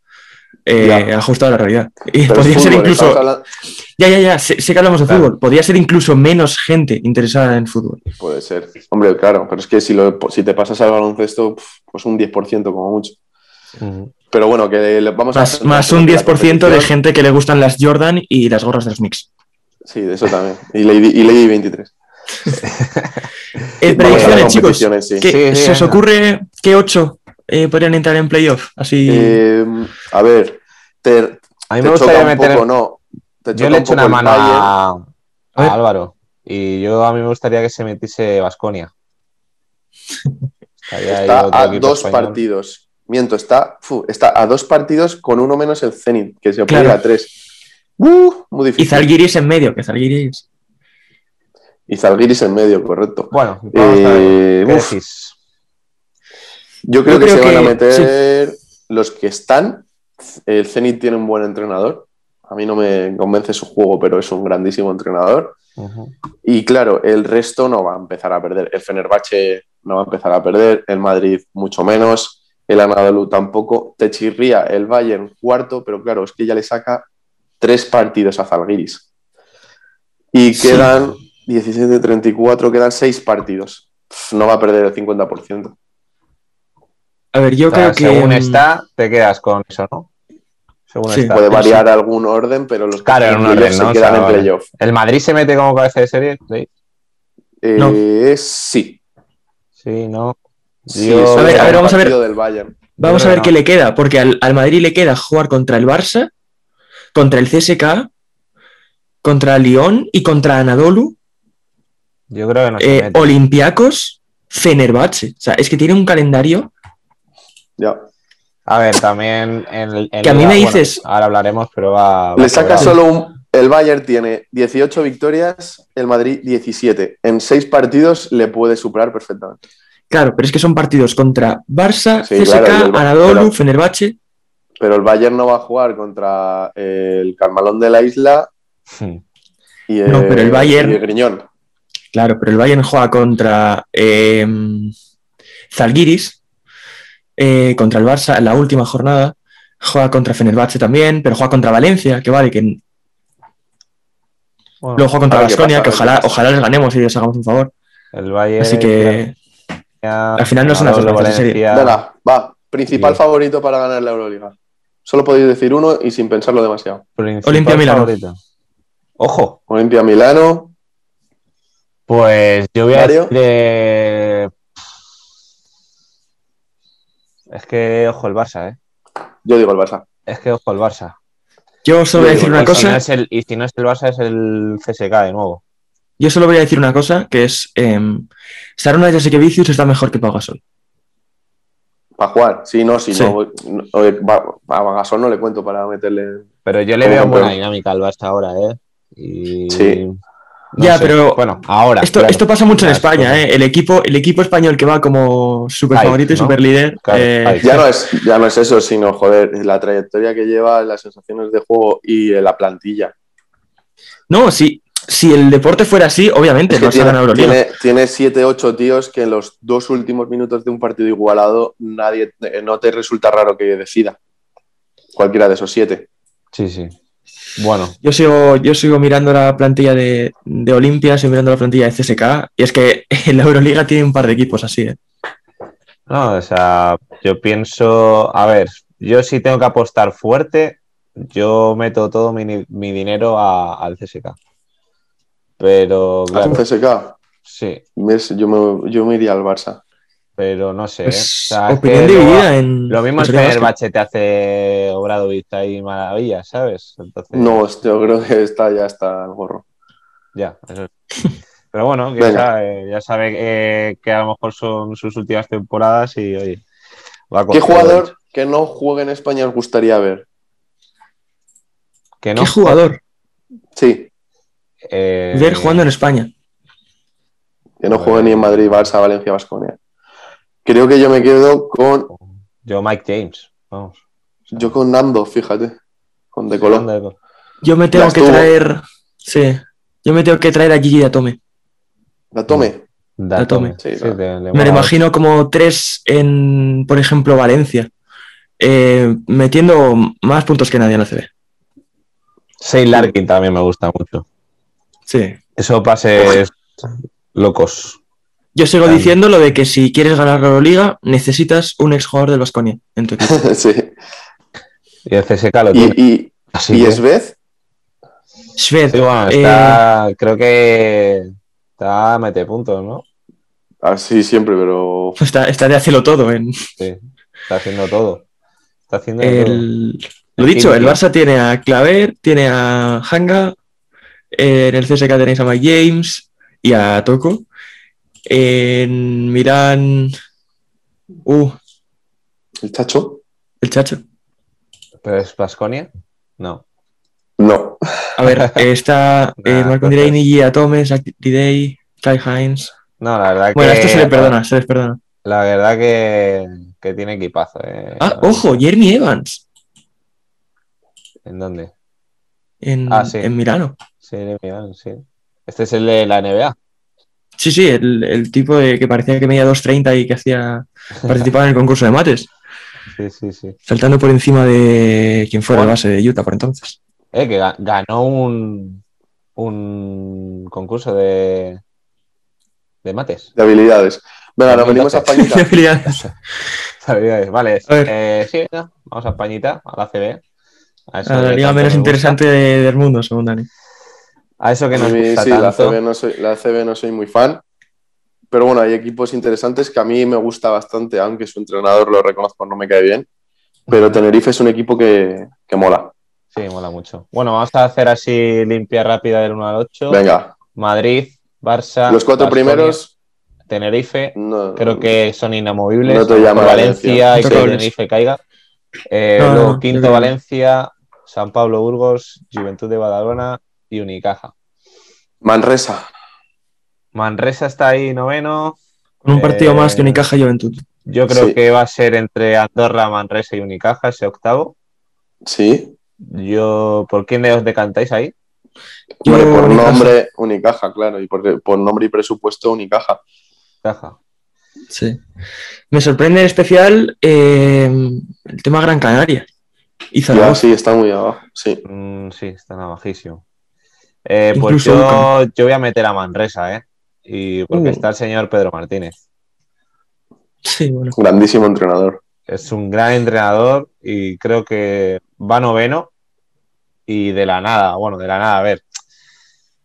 Speaker 4: eh,
Speaker 3: Ya.
Speaker 4: ajustado a la realidad.
Speaker 3: Pero
Speaker 4: Y
Speaker 3: el
Speaker 4: podría ser
Speaker 3: fútbol,
Speaker 4: incluso...
Speaker 3: estamos hablando-
Speaker 4: Ya, ya, ya, sé, sé que hablamos de
Speaker 2: Claro.
Speaker 4: fútbol. Podría ser incluso menos gente interesada en fútbol.
Speaker 3: Puede ser. Hombre, claro, pero es que si, lo- si te pasas al baloncesto, pf, pues un 10% como mucho.
Speaker 2: Ujú.
Speaker 3: Pero bueno, que le- vamos
Speaker 4: Más,
Speaker 3: a...
Speaker 4: más un
Speaker 3: la
Speaker 4: 10% de
Speaker 3: competición.
Speaker 4: gente que le gustan las Jordan y las gorras de los Knicks.
Speaker 3: Sí, de eso también. Y Lady, y Lady 23.
Speaker 4: Eh,
Speaker 2: Vamos a la
Speaker 4: predicciones, chicos.
Speaker 3: competición en sí.
Speaker 4: ¿Qué-
Speaker 2: Sí, sí,
Speaker 4: ¿Se os
Speaker 2: venga.
Speaker 4: ocurre que 8 podrían entrar en playoff? Así.
Speaker 3: Eh, a ver, te,
Speaker 2: A mí me
Speaker 3: te choca
Speaker 2: gustaría
Speaker 3: un
Speaker 2: meter.
Speaker 3: poco, no. Te choca
Speaker 2: Yo le
Speaker 3: un
Speaker 2: echo
Speaker 3: poco
Speaker 2: una
Speaker 3: el
Speaker 2: mano
Speaker 3: Bayern.
Speaker 2: a,
Speaker 4: A ver.
Speaker 2: a Álvaro. Y yo a mí me gustaría que se metiese Vasconia.
Speaker 3: Está a dos partidos. Miento, está, fu, está a dos partidos con uno menos el Zenit, que se puede
Speaker 4: Claro.
Speaker 3: ir a tres. Uh, muy
Speaker 4: y
Speaker 3: difícil.
Speaker 4: Zalgiris en medio, que Zalgiris.
Speaker 3: Y Zalgiris en medio, correcto.
Speaker 2: Bueno, vamos a ver.
Speaker 3: Eh,
Speaker 2: ¿Qué
Speaker 3: uf,
Speaker 2: decís?
Speaker 3: yo creo
Speaker 4: Yo
Speaker 3: que
Speaker 4: creo
Speaker 3: se van
Speaker 4: que-
Speaker 3: a meter los que están. El Zenit tiene un buen entrenador. A mí no me convence su juego, pero es un grandísimo entrenador.
Speaker 2: Ujú.
Speaker 3: Y claro, el resto no va a empezar a perder. El Fenerbahce no va a empezar a perder, el Madrid mucho menos, el Anadolu tampoco. Te chirría el Bayern cuarto, pero claro, es que ya le saca tres partidos a Zalgiris. Y
Speaker 4: Sí.
Speaker 3: quedan 16 de 34, quedan seis partidos. Pff, No va a perder el 50%.
Speaker 4: A ver, yo
Speaker 2: O sea,
Speaker 4: creo que.
Speaker 2: según
Speaker 4: mm,
Speaker 2: está, te quedas con eso, ¿no? Según
Speaker 4: Sí.
Speaker 2: está.
Speaker 3: Puede variar algún orden, pero los que
Speaker 2: Claro,
Speaker 3: están en
Speaker 2: en un
Speaker 3: playoff
Speaker 2: orden,
Speaker 3: se
Speaker 2: ¿no? O
Speaker 3: quedan
Speaker 2: sea,
Speaker 3: en
Speaker 2: vale.
Speaker 3: playoff.
Speaker 2: ¿El Madrid se mete como cabeza de serie? Sí,
Speaker 3: Eh,
Speaker 4: No.
Speaker 3: Sí.
Speaker 2: sí no.
Speaker 3: Sí,
Speaker 2: Yo-
Speaker 3: solo
Speaker 4: A ver, a ver, vamos a ver.
Speaker 3: partido del Bayern.
Speaker 4: Vamos a
Speaker 2: creo
Speaker 4: ver
Speaker 2: que
Speaker 4: qué
Speaker 2: no.
Speaker 4: le queda, porque al, al Madrid le queda jugar contra el Barça, contra el CSK, contra Lyon y contra Anadolu.
Speaker 2: Yo creo que no se
Speaker 4: eh,
Speaker 2: mete.
Speaker 4: Olympiacos, Fenerbahce. O sea, es que tiene un calendario Ah,
Speaker 3: Ya.
Speaker 2: A ver, también en, el- en
Speaker 4: Que a mí
Speaker 2: la-
Speaker 4: me
Speaker 2: bueno,
Speaker 4: dices-
Speaker 2: ahora hablaremos, pero va. va
Speaker 3: Le saca
Speaker 2: sobrado.
Speaker 3: solo un. El Bayern tiene 18 victorias, el Madrid 17. En seis partidos le puede superar perfectamente.
Speaker 4: Claro, pero es que son partidos contra Barça,
Speaker 3: Sí,
Speaker 4: CSK,
Speaker 3: claro, el del-
Speaker 4: Anadolu,
Speaker 3: pero-
Speaker 4: Fenerbahce.
Speaker 3: Pero el Bayern no va a jugar contra eh, el Carmalón de la Isla
Speaker 2: Sí.
Speaker 3: y el,
Speaker 4: No, pero el Bayern-
Speaker 3: y el Griñón.
Speaker 4: Claro, pero el Bayern juega contra eh, Zalgiris, eh, contra el Barça en la última jornada. Juega contra Fenerbahce también, pero juega contra Valencia, que vale, que
Speaker 2: Bueno,
Speaker 4: luego juega contra
Speaker 3: a ver Ah, qué
Speaker 4: Vasconia,
Speaker 3: pasa,
Speaker 4: que
Speaker 3: a ver qué
Speaker 4: ojalá,
Speaker 3: pasa. Eh,
Speaker 4: ojalá les ganemos y les hagamos un favor.
Speaker 2: el Bayern.
Speaker 4: Así que
Speaker 2: Valencia,
Speaker 4: al final no son las
Speaker 2: Manolo
Speaker 4: sorpresas, en serio.
Speaker 2: Valencia.
Speaker 3: Venga, va. Principal
Speaker 2: Y-
Speaker 3: favorito para ganar la Euroliga. Solo podéis decir uno y sin pensarlo demasiado.
Speaker 2: principal
Speaker 4: Olimpia Milano.
Speaker 2: favorito. Ojo,
Speaker 3: Olimpia Milano.
Speaker 2: pues yo voy a
Speaker 3: Mario.
Speaker 2: decir, eh, Es que ojo el Barça, ¿eh?
Speaker 3: Yo digo el Barça.
Speaker 2: Es que ojo el Barça.
Speaker 4: Yo solo voy a
Speaker 3: Yo
Speaker 4: decir
Speaker 3: digo,
Speaker 4: una
Speaker 2: y, Si no
Speaker 4: cosa.
Speaker 2: es el, y si no es el Barça, es el CSK de nuevo.
Speaker 4: Yo solo voy a decir una cosa, que es em, Saruna Jasekevicius está mejor que Pau Gasol.
Speaker 3: Para jugar. Sí, no, si
Speaker 4: Sí.
Speaker 3: no. no, oye, va- a Gasol no le cuento para meterle.
Speaker 2: Pero yo le
Speaker 3: Como
Speaker 2: veo
Speaker 3: campeón.
Speaker 2: buena dinámica al Barça ahora, ¿eh? Y-
Speaker 3: Sí.
Speaker 2: no
Speaker 4: Ya,
Speaker 2: sé.
Speaker 4: pero-
Speaker 2: Bueno, ahora.
Speaker 4: Esto,
Speaker 2: claro.
Speaker 4: esto pasa mucho en
Speaker 2: Las
Speaker 4: España,
Speaker 2: cosas.
Speaker 4: ¿eh? El equipo, el equipo español que va como super favorito y eh,
Speaker 2: Hype, ¿no?
Speaker 4: super líder.
Speaker 2: Claro, hype.
Speaker 3: Ya no, es, ya no es eso, sino, joder, la trayectoria que lleva, las sensaciones de juego y eh, la plantilla.
Speaker 4: no, si, si el deporte fuera así, obviamente
Speaker 3: Es que
Speaker 4: no se ha ganado
Speaker 3: tiene,
Speaker 4: Euroliga.
Speaker 3: tiene, tiene siete, ocho tíos que en los dos últimos minutos de un partido igualado nadie eh, no te resulta raro que decida. Cualquiera de esos siete.
Speaker 2: Sí, sí. Bueno,
Speaker 4: Yo sigo, yo sigo mirando la plantilla de, de Olimpia, sigo mirando la plantilla de CSK, y es que en la Euroliga tiene un par de equipos así, ¿eh?
Speaker 2: no, o sea, yo pienso. A ver, yo sí tengo que apostar fuerte. Yo meto todo mi, mi dinero a- al CSK. Pero, claro,
Speaker 3: Al CSK,
Speaker 2: sí,
Speaker 3: ¿ves? Yo, me, yo me iría al Barça.
Speaker 2: pero no sé. ¿eh?
Speaker 4: Pues,
Speaker 2: O sea, es
Speaker 4: opinión
Speaker 2: que lo-
Speaker 4: dividida pues en.
Speaker 2: Lo mismo
Speaker 4: en
Speaker 2: es
Speaker 4: Serie Básquet.
Speaker 2: Fenerbahce te hace Obradovic ahí maravilla, ¿sabes? Entonces,
Speaker 3: No, este, yo creo que está ya está el gorro.
Speaker 2: Ya, eso es. Pero bueno, que
Speaker 3: Venga.
Speaker 2: sabe, ya sabe eh, que a lo mejor son sus últimas temporadas y oye, va con
Speaker 3: ¿Qué
Speaker 2: todo.
Speaker 3: jugador que no juegue en España os gustaría ver?
Speaker 2: Que no.
Speaker 4: ¿Qué jugador?
Speaker 3: Sí,
Speaker 2: Eh,
Speaker 4: Ver jugando en España.
Speaker 3: que no juegue ni en Madrid, Barça, Valencia, Vasconia. Creo que yo me quedo con.
Speaker 2: Yo, Mike James. Vamos.
Speaker 3: Yo con Nando, fíjate. Con De Colón.
Speaker 2: Anda,
Speaker 4: Yo me tengo
Speaker 3: Las
Speaker 4: que
Speaker 3: tuvo.
Speaker 4: traer. Sí. Yo me tengo que traer a Gigi Datome.
Speaker 3: La tome.
Speaker 2: da
Speaker 4: La tome.
Speaker 2: tome. Sí,
Speaker 3: Sí, claro.
Speaker 2: te- le
Speaker 4: Me
Speaker 2: mola.
Speaker 4: lo imagino como tres en, por ejemplo, Valencia. eh, metiendo más puntos que nadie en la CB.
Speaker 2: Shane Larkin también me gusta mucho.
Speaker 4: Sí.
Speaker 2: Eso pases locos.
Speaker 4: Yo sigo
Speaker 2: Claro.
Speaker 4: diciendo lo de que si quieres ganar la Euroliga, necesitas un exjugador del Vasconia en tu equipo.
Speaker 3: sí.
Speaker 2: Y el CSK lo tiene.
Speaker 3: Y, y,
Speaker 2: Así
Speaker 3: y
Speaker 2: que-
Speaker 3: Svez,
Speaker 4: Shved,
Speaker 2: Sí, bueno, está. Creo que. Está a mete puntos, ¿no?
Speaker 3: así siempre, pero.
Speaker 4: Está, está de hacerlo todo. En
Speaker 2: Sí. Está haciendo todo. Está haciendo de todo.
Speaker 4: el, lo dicho, el Barça tiene a Claver, tiene a Hanga, eh, en el CSK tenéis a Mike James y a Toco. En Milán, uh,
Speaker 3: ¿El Chacho?
Speaker 4: el Chacho.
Speaker 2: ¿Pero es Vasconia? No.
Speaker 3: No.
Speaker 4: A ver, está eh,
Speaker 2: Nah,
Speaker 4: Marco
Speaker 2: entonces-
Speaker 4: Andreini, Gia Thomas, Zach Day, Kai Hines.
Speaker 2: No, la verdad
Speaker 4: Bueno, a
Speaker 2: que.
Speaker 4: esto se les perdona, se les perdona.
Speaker 2: La verdad que, que tiene equipazo. ¿eh?
Speaker 4: Ah, ojo, Jeremy Evans.
Speaker 2: ¿En dónde?
Speaker 4: en,
Speaker 2: Ah, sí.
Speaker 4: en Milano.
Speaker 2: Sí, mira, sí. Este es el de la NBA.
Speaker 4: Sí, sí, el, el tipo de que parecía que medía 2.30 y que hacía participaba en el concurso de mates,
Speaker 2: Sí, sí, sí.
Speaker 4: saltando por encima de quien fuera el
Speaker 2: Bueno.
Speaker 4: base de Utah por entonces.
Speaker 2: Eh, que ga- ganó un, un concurso de, de mates.
Speaker 3: De habilidades. Venga, nos venimos a
Speaker 2: Habilidades.
Speaker 3: Paquita.
Speaker 4: De habilidad.
Speaker 2: Habilidades. Vale,
Speaker 4: A ver.
Speaker 2: eh, sí, venga, vamos a Españita, a la CB. A eso
Speaker 4: A ah, la
Speaker 2: que
Speaker 4: liga
Speaker 2: tanto
Speaker 4: menos
Speaker 2: nos gusta.
Speaker 4: interesante de- del mundo, según Dani.
Speaker 2: A eso que nos
Speaker 3: A mí,
Speaker 2: gusta
Speaker 3: sí, la
Speaker 2: tanto.
Speaker 3: CB, no soy, la CB no soy muy fan. Pero bueno, hay equipos interesantes que a mí me gusta bastante, aunque su entrenador lo reconozco, no me cae bien. Pero Tenerife es un equipo que, que mola.
Speaker 2: Sí, mola mucho. Bueno, vamos a hacer así limpia rápida del 1 al 8.
Speaker 3: Venga,
Speaker 2: Madrid, Barça.
Speaker 3: los cuatro
Speaker 2: Baskonia,
Speaker 3: primeros.
Speaker 2: Tenerife.
Speaker 3: No,
Speaker 2: Creo que son inamovibles.
Speaker 3: No te llama la
Speaker 2: Valencia y que
Speaker 4: atención.
Speaker 2: Tenerife caiga. Eh,
Speaker 4: No,
Speaker 2: luego
Speaker 4: no, yo
Speaker 2: quinto
Speaker 4: creo que-
Speaker 2: Valencia, San Pablo Burgos, Juventud de Badalona y Unicaja.
Speaker 3: Manresa.
Speaker 2: Manresa está ahí noveno.
Speaker 4: Con un
Speaker 2: Eh,
Speaker 4: partido más que Unicaja y Juventud.
Speaker 2: Yo creo
Speaker 3: Sí.
Speaker 2: que va a ser entre Andorra, Manresa y Unicaja ese octavo.
Speaker 3: Sí.
Speaker 2: Yo, ¿por quién os decantáis ahí?
Speaker 3: Hombre,
Speaker 4: Yo,
Speaker 3: por
Speaker 4: Unicaja.
Speaker 3: nombre, Unicaja, claro. Y por, por nombre y presupuesto, Unicaja.
Speaker 2: Caja.
Speaker 4: Sí. Me sorprende en especial eh, el tema Gran Canaria y
Speaker 3: Ya,
Speaker 4: Zaragoza.
Speaker 3: sí, está muy abajo. Sí.
Speaker 2: Mm, sí, están abajísimo. Eh, pues
Speaker 4: Incluso
Speaker 2: yo, yo voy a meter a Manresa, ¿eh? Y porque
Speaker 3: Uh.
Speaker 2: está el señor Pedro Martínez.
Speaker 4: Sí, bueno.
Speaker 3: Grandísimo entrenador.
Speaker 2: Es un gran entrenador y creo que va noveno y de la nada, bueno, de la nada, a ver.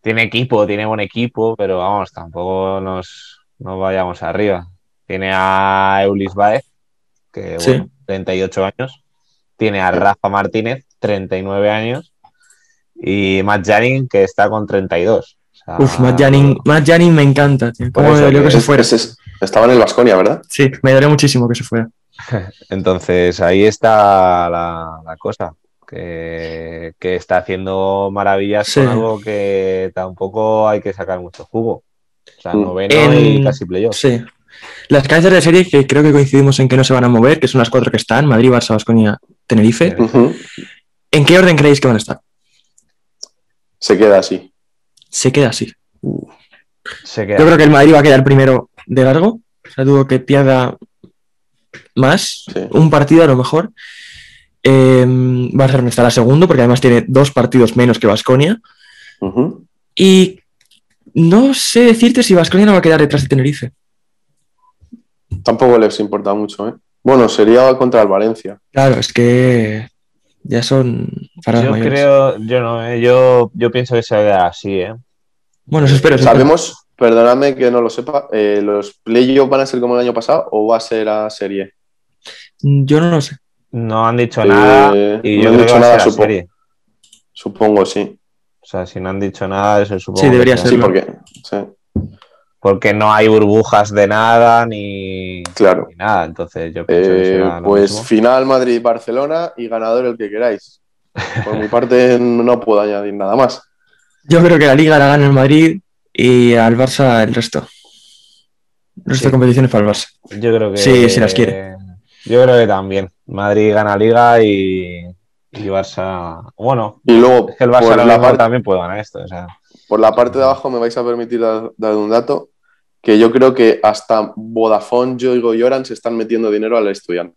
Speaker 2: Tiene equipo, tiene buen equipo, pero vamos, tampoco nos, nos vayamos arriba. Tiene a Eulis Baez, que
Speaker 4: Sí.
Speaker 2: bueno, 38 años. Tiene a Rafa Martínez, 39 años. Y Matt Janin, que está con 32. O sea,
Speaker 4: Uf, Matt Janin, Matt Janin me encanta, tío.
Speaker 2: Por
Speaker 4: Cómo me
Speaker 2: eso
Speaker 4: dolió Ah. que
Speaker 2: que
Speaker 4: se
Speaker 3: Es-
Speaker 4: fuera.
Speaker 3: es- es- estaba en el Vasconia, ¿verdad?
Speaker 4: Sí, me dolió muchísimo que se fuera.
Speaker 2: Entonces ahí está la, la cosa. Que, que está haciendo maravillas
Speaker 4: Sí.
Speaker 2: con algo que tampoco hay que sacar mucho jugo. O sea,
Speaker 3: Mm.
Speaker 2: noveno
Speaker 4: En-
Speaker 2: y casi playoff.
Speaker 4: Sí. Las cabezas de serie que creo que coincidimos en que no se van a mover, que son las cuatro que están, Madrid, Barça, Vasconia, Tenerife.
Speaker 3: Ujú.
Speaker 4: ¿En qué orden creéis que van a estar?
Speaker 3: Se queda así.
Speaker 4: Se queda así.
Speaker 2: Se
Speaker 4: Yo
Speaker 2: queda.
Speaker 4: creo que el Madrid va a quedar primero de largo. O sea, dudo que pierda más.
Speaker 3: Sí.
Speaker 4: Un partido a lo mejor. Eh, Barcelona estará segundo, porque además tiene dos partidos menos que Vasconia.
Speaker 3: Ujú.
Speaker 4: Y no sé decirte si Vasconia no va a quedar detrás de Tenerife.
Speaker 3: Tampoco les importa mucho, ¿eh? Bueno, sería contra el Valencia.
Speaker 4: Claro, es que ya son para
Speaker 2: Yo
Speaker 4: mayores.
Speaker 2: creo, yo no, eh, yo, yo pienso que se va a quedar así, ¿eh?
Speaker 4: Bueno, eso espero. eso espero.
Speaker 3: Sabemos, perdóname que no lo sepa, eh, ¿los playoffs van a ser como el año pasado o va a ser a serie?
Speaker 4: Yo no lo sé.
Speaker 2: No han dicho
Speaker 3: Eh,
Speaker 2: nada y
Speaker 3: no
Speaker 2: yo
Speaker 3: han
Speaker 2: creo
Speaker 3: dicho
Speaker 2: que va a
Speaker 3: nada,
Speaker 2: ser la
Speaker 3: supongo.
Speaker 2: serie.
Speaker 3: Supongo, sí.
Speaker 2: O sea, si no han dicho nada, eso supongo.
Speaker 4: Sí,
Speaker 2: que
Speaker 4: debería
Speaker 2: será.
Speaker 3: Sí,
Speaker 4: serlo.
Speaker 3: porque. Sí,
Speaker 2: Porque no hay burbujas de nada ni,
Speaker 3: claro.
Speaker 2: ni nada. Entonces yo pienso que
Speaker 3: Eh,
Speaker 2: será lo
Speaker 3: pues
Speaker 2: mismo.
Speaker 3: final Madrid-Barcelona y ganador el que queráis. Por mi parte no puedo añadir nada más.
Speaker 4: Yo creo que la Liga la gana el Madrid y al Barça el resto. El resto
Speaker 2: Sí.
Speaker 4: de competiciones para el Barça.
Speaker 2: Yo creo que.
Speaker 4: Sí, si las quiere.
Speaker 2: Yo creo que también. Madrid gana Liga y, y Barça. Bueno,
Speaker 3: Y luego,
Speaker 2: es que el Barça
Speaker 3: por,
Speaker 2: a lo
Speaker 3: Pues la
Speaker 2: mejor
Speaker 3: parte,
Speaker 2: también puede ganar esto. O sea,
Speaker 3: por la parte de abajo me vais a permitir dar, dar un dato que yo creo que hasta Vodafone, Yoigo y Oran se están metiendo dinero al estudiante.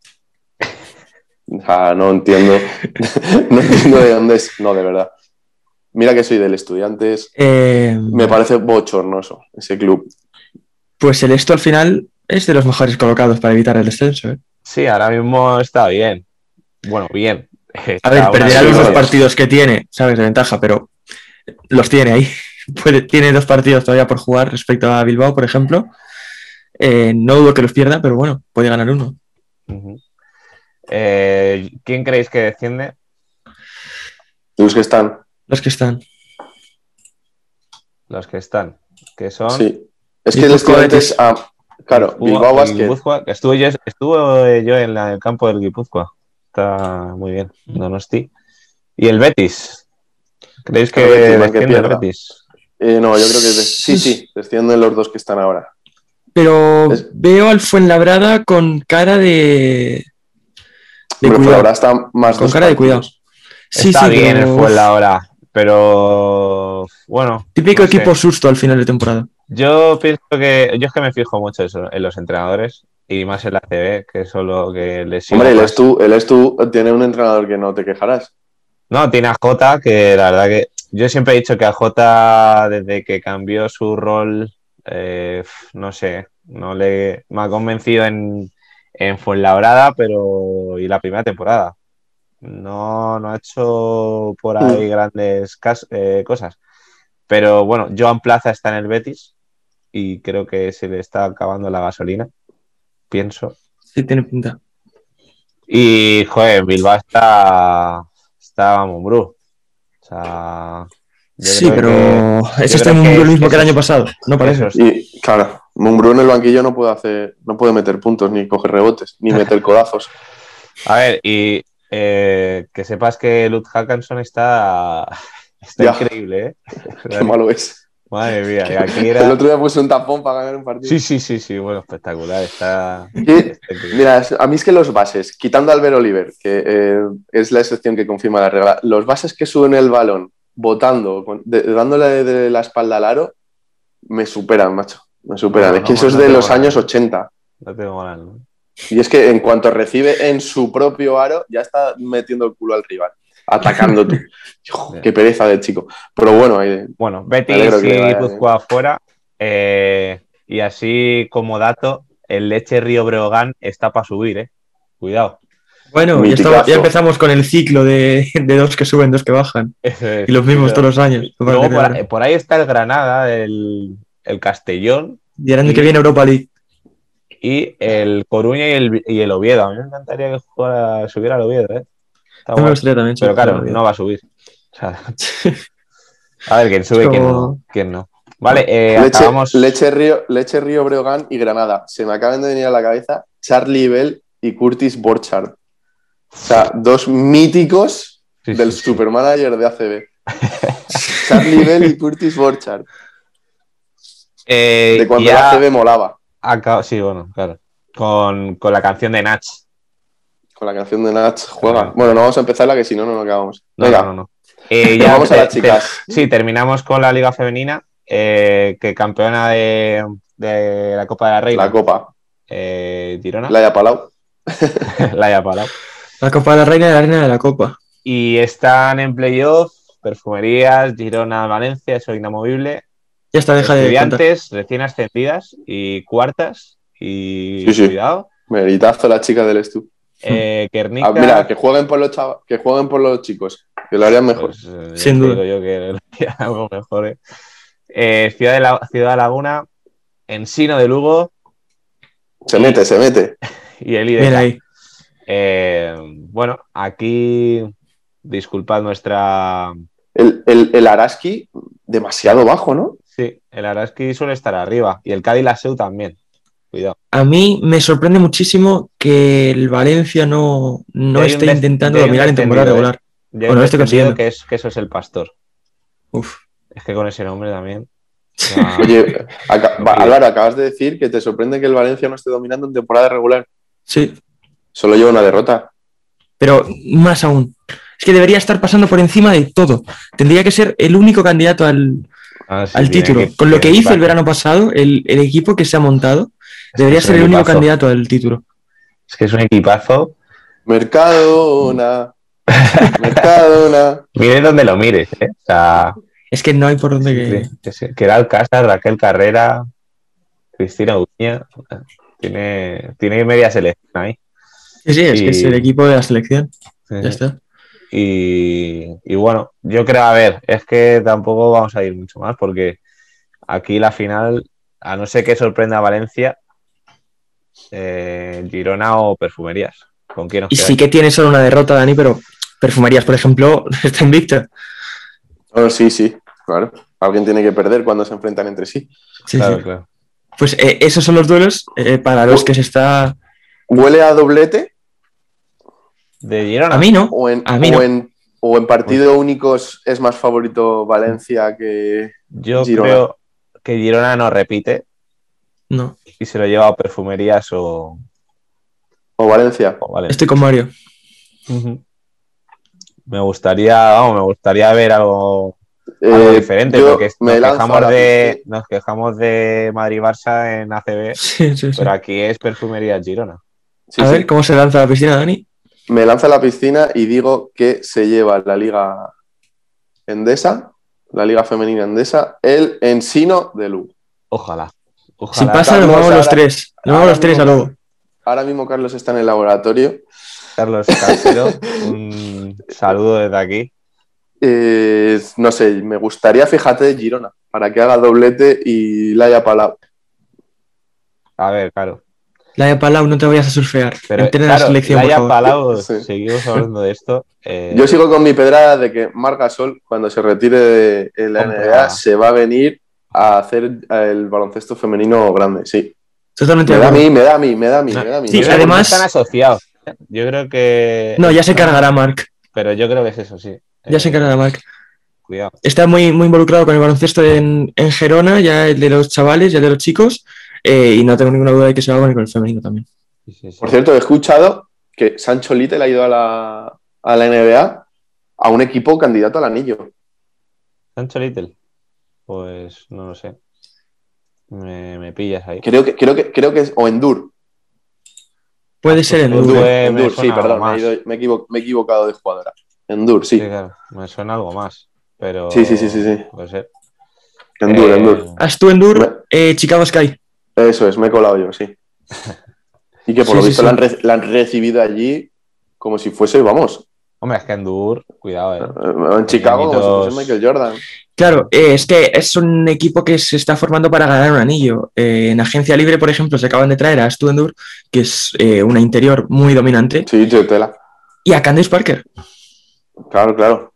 Speaker 3: Ah, no entiendo. no entiendo de dónde es. No, de verdad. Mira que soy del estudiantes.
Speaker 4: Eh,
Speaker 3: Me parece bochornoso ese club.
Speaker 4: Pues el esto al final es de los mejores colocados para evitar el descenso. ¿eh?
Speaker 2: sí, ahora mismo está bien. Bueno, bien.
Speaker 4: A ver,
Speaker 2: Está una
Speaker 4: perderá
Speaker 3: sí,
Speaker 4: los dos
Speaker 3: sí.
Speaker 2: victoria.
Speaker 4: partidos que tiene, ¿sabes? De ventaja, pero los tiene ahí. Puede- tiene dos partidos todavía por jugar respecto a Bilbao, por ejemplo. Eh, no dudo que los pierda, pero bueno, puede ganar uno.
Speaker 2: Ujú. Eh, ¿Quién creéis que desciende?
Speaker 3: Los que están.
Speaker 4: Los que están.
Speaker 2: Los que están. Que son.
Speaker 3: Sí. Es
Speaker 4: Y
Speaker 3: que el
Speaker 4: Cusco
Speaker 3: estudiantes. ah, claro,
Speaker 2: Guipúzcoa-
Speaker 3: Bilbao
Speaker 2: el
Speaker 3: Basket.
Speaker 2: Guipúzcoa, que estuve yo, estuve yo en, la- el campo del Guipúzcoa. Está muy bien. Donosti. Y el Betis. ¿Creéis que
Speaker 3: El Betis, el que
Speaker 2: desciende el
Speaker 3: pierda.
Speaker 2: Betis?
Speaker 3: Eh, no, yo creo que. de- Sí, sí, descienden los dos que están ahora.
Speaker 4: Pero
Speaker 3: Es-
Speaker 4: veo al Fuenlabrada con cara de. de
Speaker 3: Hombre,
Speaker 4: cuidado.
Speaker 3: ahora está más
Speaker 4: Con
Speaker 3: dos
Speaker 4: cara de cuidado.
Speaker 3: partidos.
Speaker 4: Sí,
Speaker 2: Está
Speaker 4: sí,
Speaker 2: bien
Speaker 4: pero-
Speaker 2: el Fuenla ahora, pero bueno,
Speaker 4: Típico
Speaker 2: no sé.
Speaker 4: equipo susto al final de temporada.
Speaker 2: yo pienso que yo es que me fijo mucho eso, en los entrenadores y más en la CB, que es lo que les sigo
Speaker 3: Hombre, el
Speaker 2: más.
Speaker 3: Estu, el Estu tiene un entrenador que no te quejarás.
Speaker 2: No, tiene a Jota, que la verdad que yo siempre he dicho que a Jota desde que cambió su rol, eh, f- no sé, no le me ha convencido en, en Fuenlabrada, pero y la primera temporada. No, no ha hecho por ahí grandes cas- eh, cosas. Pero bueno, Joan Plaza está en el Betis y creo que se le está acabando la gasolina, pienso.
Speaker 4: Sí, tiene pinta.
Speaker 2: Y, joder, Bilbao está. Está Mumbrú. O sea. yo
Speaker 4: Sí,
Speaker 2: creo
Speaker 4: pero. Eso está
Speaker 2: creo
Speaker 4: en
Speaker 2: que
Speaker 4: lo
Speaker 2: es-
Speaker 4: mismo que
Speaker 2: eso
Speaker 4: el año
Speaker 2: es-
Speaker 4: pasado. No
Speaker 2: que
Speaker 4: parece.
Speaker 2: eso es-
Speaker 3: Y claro, Mumbrú en el banquillo no puede hacer, no puede meter puntos, ni coger rebotes, ni meter codazos.
Speaker 2: A ver, y eh, que sepas que Luke Hackanson está. Está
Speaker 3: Ya.
Speaker 2: increíble, ¿eh?
Speaker 3: Qué malo es.
Speaker 2: Madre mía, y aquí
Speaker 3: El
Speaker 2: era.
Speaker 3: otro día puse un tapón para ganar un partido.
Speaker 2: Sí, sí, sí, sí, bueno, espectacular. Está.
Speaker 3: Y-
Speaker 2: está increíble.
Speaker 3: Mira, es- a mí es que los bases, quitando a Albert Oliver, que eh, es la excepción que confirma la regla, los bases que suben el balón, botando, con- de- dándole de la espalda al aro, me superan, macho. Me superan.
Speaker 2: No,
Speaker 3: es que
Speaker 2: no,
Speaker 3: eso es
Speaker 2: no
Speaker 3: de
Speaker 2: te
Speaker 3: los
Speaker 2: mola.
Speaker 3: años 80.
Speaker 2: No tengo moral. ¿no?
Speaker 3: Y es que en cuanto recibe en su propio aro, ya está metiendo el culo al rival, atacando tú. Hijo, qué pereza de chico. Pero bueno, eh,
Speaker 2: Bueno,
Speaker 3: Me
Speaker 2: Betis
Speaker 3: alegro que le
Speaker 2: y
Speaker 3: vaya
Speaker 2: Guipúzcoa fuera. eh, y así como dato, el Leche Río Breogán está para subir, ¿eh? Cuidado.
Speaker 4: Bueno, ya,
Speaker 3: Miticazo.
Speaker 4: estaba- ya empezamos con el ciclo de, de dos que suben, dos que bajan. Y los mismos todos los años.
Speaker 2: Luego, por, ahí- por ahí está el Granada, el, el Castellón
Speaker 4: Y el año que viene Europa League.
Speaker 2: Y el Coruña y el, y el Oviedo. A mí me encantaría que jugara, subiera al Oviedo, ¿eh? Está
Speaker 4: No me
Speaker 2: guay.
Speaker 4: gustaría también.
Speaker 2: Pero
Speaker 4: sobre
Speaker 2: claro,
Speaker 4: todo, tío.
Speaker 2: no va a subir. O sea, a ver, quién sube y quién no.
Speaker 4: Como-
Speaker 2: quién no. Vale, eh,
Speaker 3: Leche,
Speaker 2: acabamos.
Speaker 3: Leche Río, Leche Río Breogán y Granada. Se me acaban de venir a la cabeza Charlie Bell y Curtis Borchardt. O sea, dos míticos
Speaker 2: Sí,
Speaker 3: del
Speaker 2: sí, sí.
Speaker 3: supermanager de ACB. Charlie Bell y Curtis Borchardt.
Speaker 2: Eh,
Speaker 3: De cuando
Speaker 2: y
Speaker 3: la
Speaker 2: ha
Speaker 3: ACB molaba.
Speaker 2: acabado- Sí, bueno, claro. Con, con la canción de Nach.
Speaker 3: Con la canción de Nach juega.
Speaker 2: Claro.
Speaker 3: Bueno, no vamos a empezar la que si no, no nos acabamos.
Speaker 2: No,
Speaker 3: Venga,
Speaker 2: no, no. no. Eh,
Speaker 3: pero vamos a
Speaker 2: te-
Speaker 3: las
Speaker 2: te-
Speaker 3: chicas.
Speaker 2: Sí, terminamos con la Liga Femenina, eh, que campeona de, de la Copa de la Reina,
Speaker 3: La copa.
Speaker 2: eh, Girona, la,
Speaker 3: Laia Palau.
Speaker 2: haya parado.
Speaker 4: La Copa de la Reina de la Arena de la Copa.
Speaker 2: Y están en playoff, perfumerías, Girona, Valencia, eso inamovible,
Speaker 4: Ya está, deja de contar.
Speaker 2: estudiantes recién ascendidas y cuartas, y
Speaker 3: Sí, sí.
Speaker 2: cuidado,
Speaker 3: Meritazo las chicas del Stu.
Speaker 2: eh, Guernica,
Speaker 3: Ah, mira, que jueguen por los chava- que jueguen por los chicos. Que lo harían mejor.
Speaker 2: pues, eh,
Speaker 4: Sin
Speaker 2: te digo
Speaker 4: duda.
Speaker 2: yo que lo hacía algo mejor. eh. Eh, Ciudad, de la, Ciudad de Laguna, Ensino de Lugo
Speaker 3: se mete, se mete.
Speaker 2: y el líder.
Speaker 4: Bien ahí.
Speaker 2: Eh, bueno, aquí disculpad nuestra.
Speaker 3: El, el, el Araski, demasiado bajo, ¿no?
Speaker 2: Sí, eh, el Araski suele estar arriba y el Cádiz la Seu también. Cuidado.
Speaker 4: A mí me sorprende muchísimo que el Valencia no, no
Speaker 2: Ya hay un
Speaker 4: esté
Speaker 2: des-
Speaker 4: intentando
Speaker 2: ya hay un
Speaker 4: dominar en temporada
Speaker 2: descendido, eh.
Speaker 4: regular.
Speaker 2: Yo
Speaker 4: Bueno,
Speaker 2: he
Speaker 4: lo estoy
Speaker 2: entendido
Speaker 4: consiguiendo.
Speaker 2: que, es, que eso es el pastor.
Speaker 4: Uf.
Speaker 2: Es que con ese nombre también. Ah,
Speaker 3: Oye, aca- va- Álvaro, acabas de decir que te sorprende que el Valencia no esté dominando en temporada regular.
Speaker 4: Sí,
Speaker 3: Solo lleva una derrota.
Speaker 4: pero más aún. Es que debería estar pasando por encima de todo. Tendría que ser el único candidato al,
Speaker 2: ah, sí,
Speaker 4: al
Speaker 2: tiene
Speaker 4: título. Con lo que hizo el
Speaker 2: vale.
Speaker 4: verano pasado, el, el equipo que se ha montado, debería
Speaker 2: es
Speaker 4: ser
Speaker 2: un
Speaker 4: el único
Speaker 2: equipazo.
Speaker 4: candidato al título.
Speaker 2: Es que es un equipazo.
Speaker 3: Mercadona. Mercadona.
Speaker 2: Mire donde lo mires, ¿eh? O sea,
Speaker 4: Es que no hay por dónde que...
Speaker 2: que se- que era Alcázar, Raquel Carrera, Cristina Uña. Tiene, tiene media selección ahí.
Speaker 4: Sí, sí, es
Speaker 2: Y-
Speaker 4: que es el equipo de la selección.
Speaker 2: Sí,
Speaker 4: Ya
Speaker 2: sí.
Speaker 4: está.
Speaker 2: Y, y bueno, yo creo, a ver, es que tampoco vamos a ir mucho más porque aquí la final, a no ser que sorprenda a Valencia, eh, Girona o Perfumerías. ¿Con quién nos
Speaker 4: Y
Speaker 2: quedáis?
Speaker 4: sí que tiene solo una derrota, Dani, pero Perfumerías, por ejemplo, este está invicta.
Speaker 3: Oh, sí, sí, claro. Alguien tiene que perder cuando se enfrentan entre sí.
Speaker 4: Sí,
Speaker 2: Claro,
Speaker 4: sí.
Speaker 2: claro.
Speaker 4: Pues eh, esos son los duelos eh, para los que se está...
Speaker 3: ¿Huele a doblete
Speaker 2: De Girona.
Speaker 4: A mí no.
Speaker 3: o en,
Speaker 4: A mí no.
Speaker 3: o en, o en partido únicos es más favorito Valencia que.
Speaker 2: yo
Speaker 3: Girona.
Speaker 2: creo que Girona no repite
Speaker 4: No,
Speaker 2: y se lo lleva a Perfumerías o,
Speaker 3: o Valencia?
Speaker 2: o Valencia.
Speaker 4: estoy con Mario.
Speaker 2: Ujú. Me gustaría, vamos, me gustaría ver algo algo
Speaker 3: Eh,
Speaker 2: diferente,
Speaker 3: yo
Speaker 2: porque
Speaker 3: me
Speaker 2: nos
Speaker 3: lanzo a
Speaker 2: quejamos,
Speaker 3: la
Speaker 2: de,
Speaker 3: piscina.
Speaker 2: nos quejamos de Madrid-Barça en ACB,
Speaker 4: Sí, sí, sí.
Speaker 2: pero aquí es Perfumería Girona.
Speaker 3: Sí,
Speaker 4: a
Speaker 3: sí.
Speaker 4: ver cómo se lanza la piscina, Dani.
Speaker 3: Me lanzo a la piscina y digo que se lleva la Liga Endesa, la Liga Femenina Endesa, el Ensino de Lugo.
Speaker 2: Ojalá.
Speaker 4: Si
Speaker 2: Ojalá.
Speaker 4: pasa, nos
Speaker 3: Carlos,
Speaker 4: vamos los
Speaker 3: ahora-
Speaker 4: tres. Nos vamos
Speaker 3: ahora
Speaker 4: los tres a
Speaker 3: mismo-
Speaker 4: luego.
Speaker 3: Ahora mismo Carlos está en el laboratorio.
Speaker 2: Carlos Caicedo, un saludo desde aquí.
Speaker 3: Eh, no sé, me gustaría, fíjate, Girona, para que haga doblete y la haya palado.
Speaker 2: A ver, claro.
Speaker 4: La de Palau, no te vayas a surfear.
Speaker 2: Pero
Speaker 4: Entera en
Speaker 2: claro,
Speaker 4: la selección, por
Speaker 2: Laia
Speaker 4: favor.
Speaker 2: Palau,
Speaker 3: Sí.
Speaker 2: seguimos hablando de esto. eh,
Speaker 3: Yo sigo con mi pedrada de que Marc Gasol, cuando se retire de de la
Speaker 2: Compra.
Speaker 3: NBA, se va a venir a hacer el baloncesto femenino grande, sí.
Speaker 4: Totalmente
Speaker 3: Me
Speaker 4: de
Speaker 3: da a
Speaker 4: acuerdo.
Speaker 3: mí, me da a mí, me da a mí, me da a mí.
Speaker 2: yo
Speaker 4: Sí,
Speaker 2: creo que
Speaker 4: además-
Speaker 2: no están asociados. ¿eh? Yo creo que.
Speaker 4: No, ya se cargará Marc.
Speaker 2: Pero yo creo que es eso, sí.
Speaker 4: Ya
Speaker 2: Eh,
Speaker 4: se encargará Marc.
Speaker 2: Cuidado.
Speaker 4: Está muy, muy involucrado con el baloncesto en, en Gerona, ya el de los chavales, ya el de los chicos. eh, y no tengo ninguna duda de que se va a poner con el femenino también.
Speaker 2: Sí, sí, sí.
Speaker 3: Por cierto, he escuchado que Sancho Little ha ido a la, a la NBA a un equipo candidato al anillo.
Speaker 2: Sancho Little. Pues no lo sé. Me, me pillas ahí.
Speaker 3: Creo que, creo que, creo que es, o Endur. Ah,
Speaker 4: Puede ser
Speaker 3: pues
Speaker 4: en
Speaker 2: Endur,
Speaker 4: Lugo.
Speaker 2: eh, me
Speaker 3: Endur, sí,
Speaker 2: suena
Speaker 3: perdón,
Speaker 2: algo
Speaker 3: me he,
Speaker 2: más.
Speaker 3: ido- me he equivo- me he equivocado de jugadora. Endur, sí.
Speaker 2: Sí, claro, me suena algo más. Pero
Speaker 3: Sí, sí, sí, sí, sí.
Speaker 2: puede ser.
Speaker 3: Endur,
Speaker 2: Eh,
Speaker 3: Endur.
Speaker 4: Astú Endur, eh, Chicago Sky.
Speaker 3: Eso es, me he colado yo, sí. Y que por
Speaker 4: Sí,
Speaker 3: lo
Speaker 4: sí,
Speaker 3: visto
Speaker 4: sí.
Speaker 3: La, han re- la han recibido allí como si fuese, vamos,
Speaker 2: Hombre, es que en Dur, cuidado, eh.
Speaker 3: En Chicago,
Speaker 2: Pequeñitos.
Speaker 3: como si fuese Michael Jordan.
Speaker 4: Claro, eh, es que es un equipo que se está formando para ganar un anillo. Eh, en Agencia Libre, por ejemplo, se acaban de traer a Stu Endur, que es eh, una interior muy dominante,
Speaker 3: Sí, tío, tela.
Speaker 4: y a Candice Parker.
Speaker 3: Claro, claro.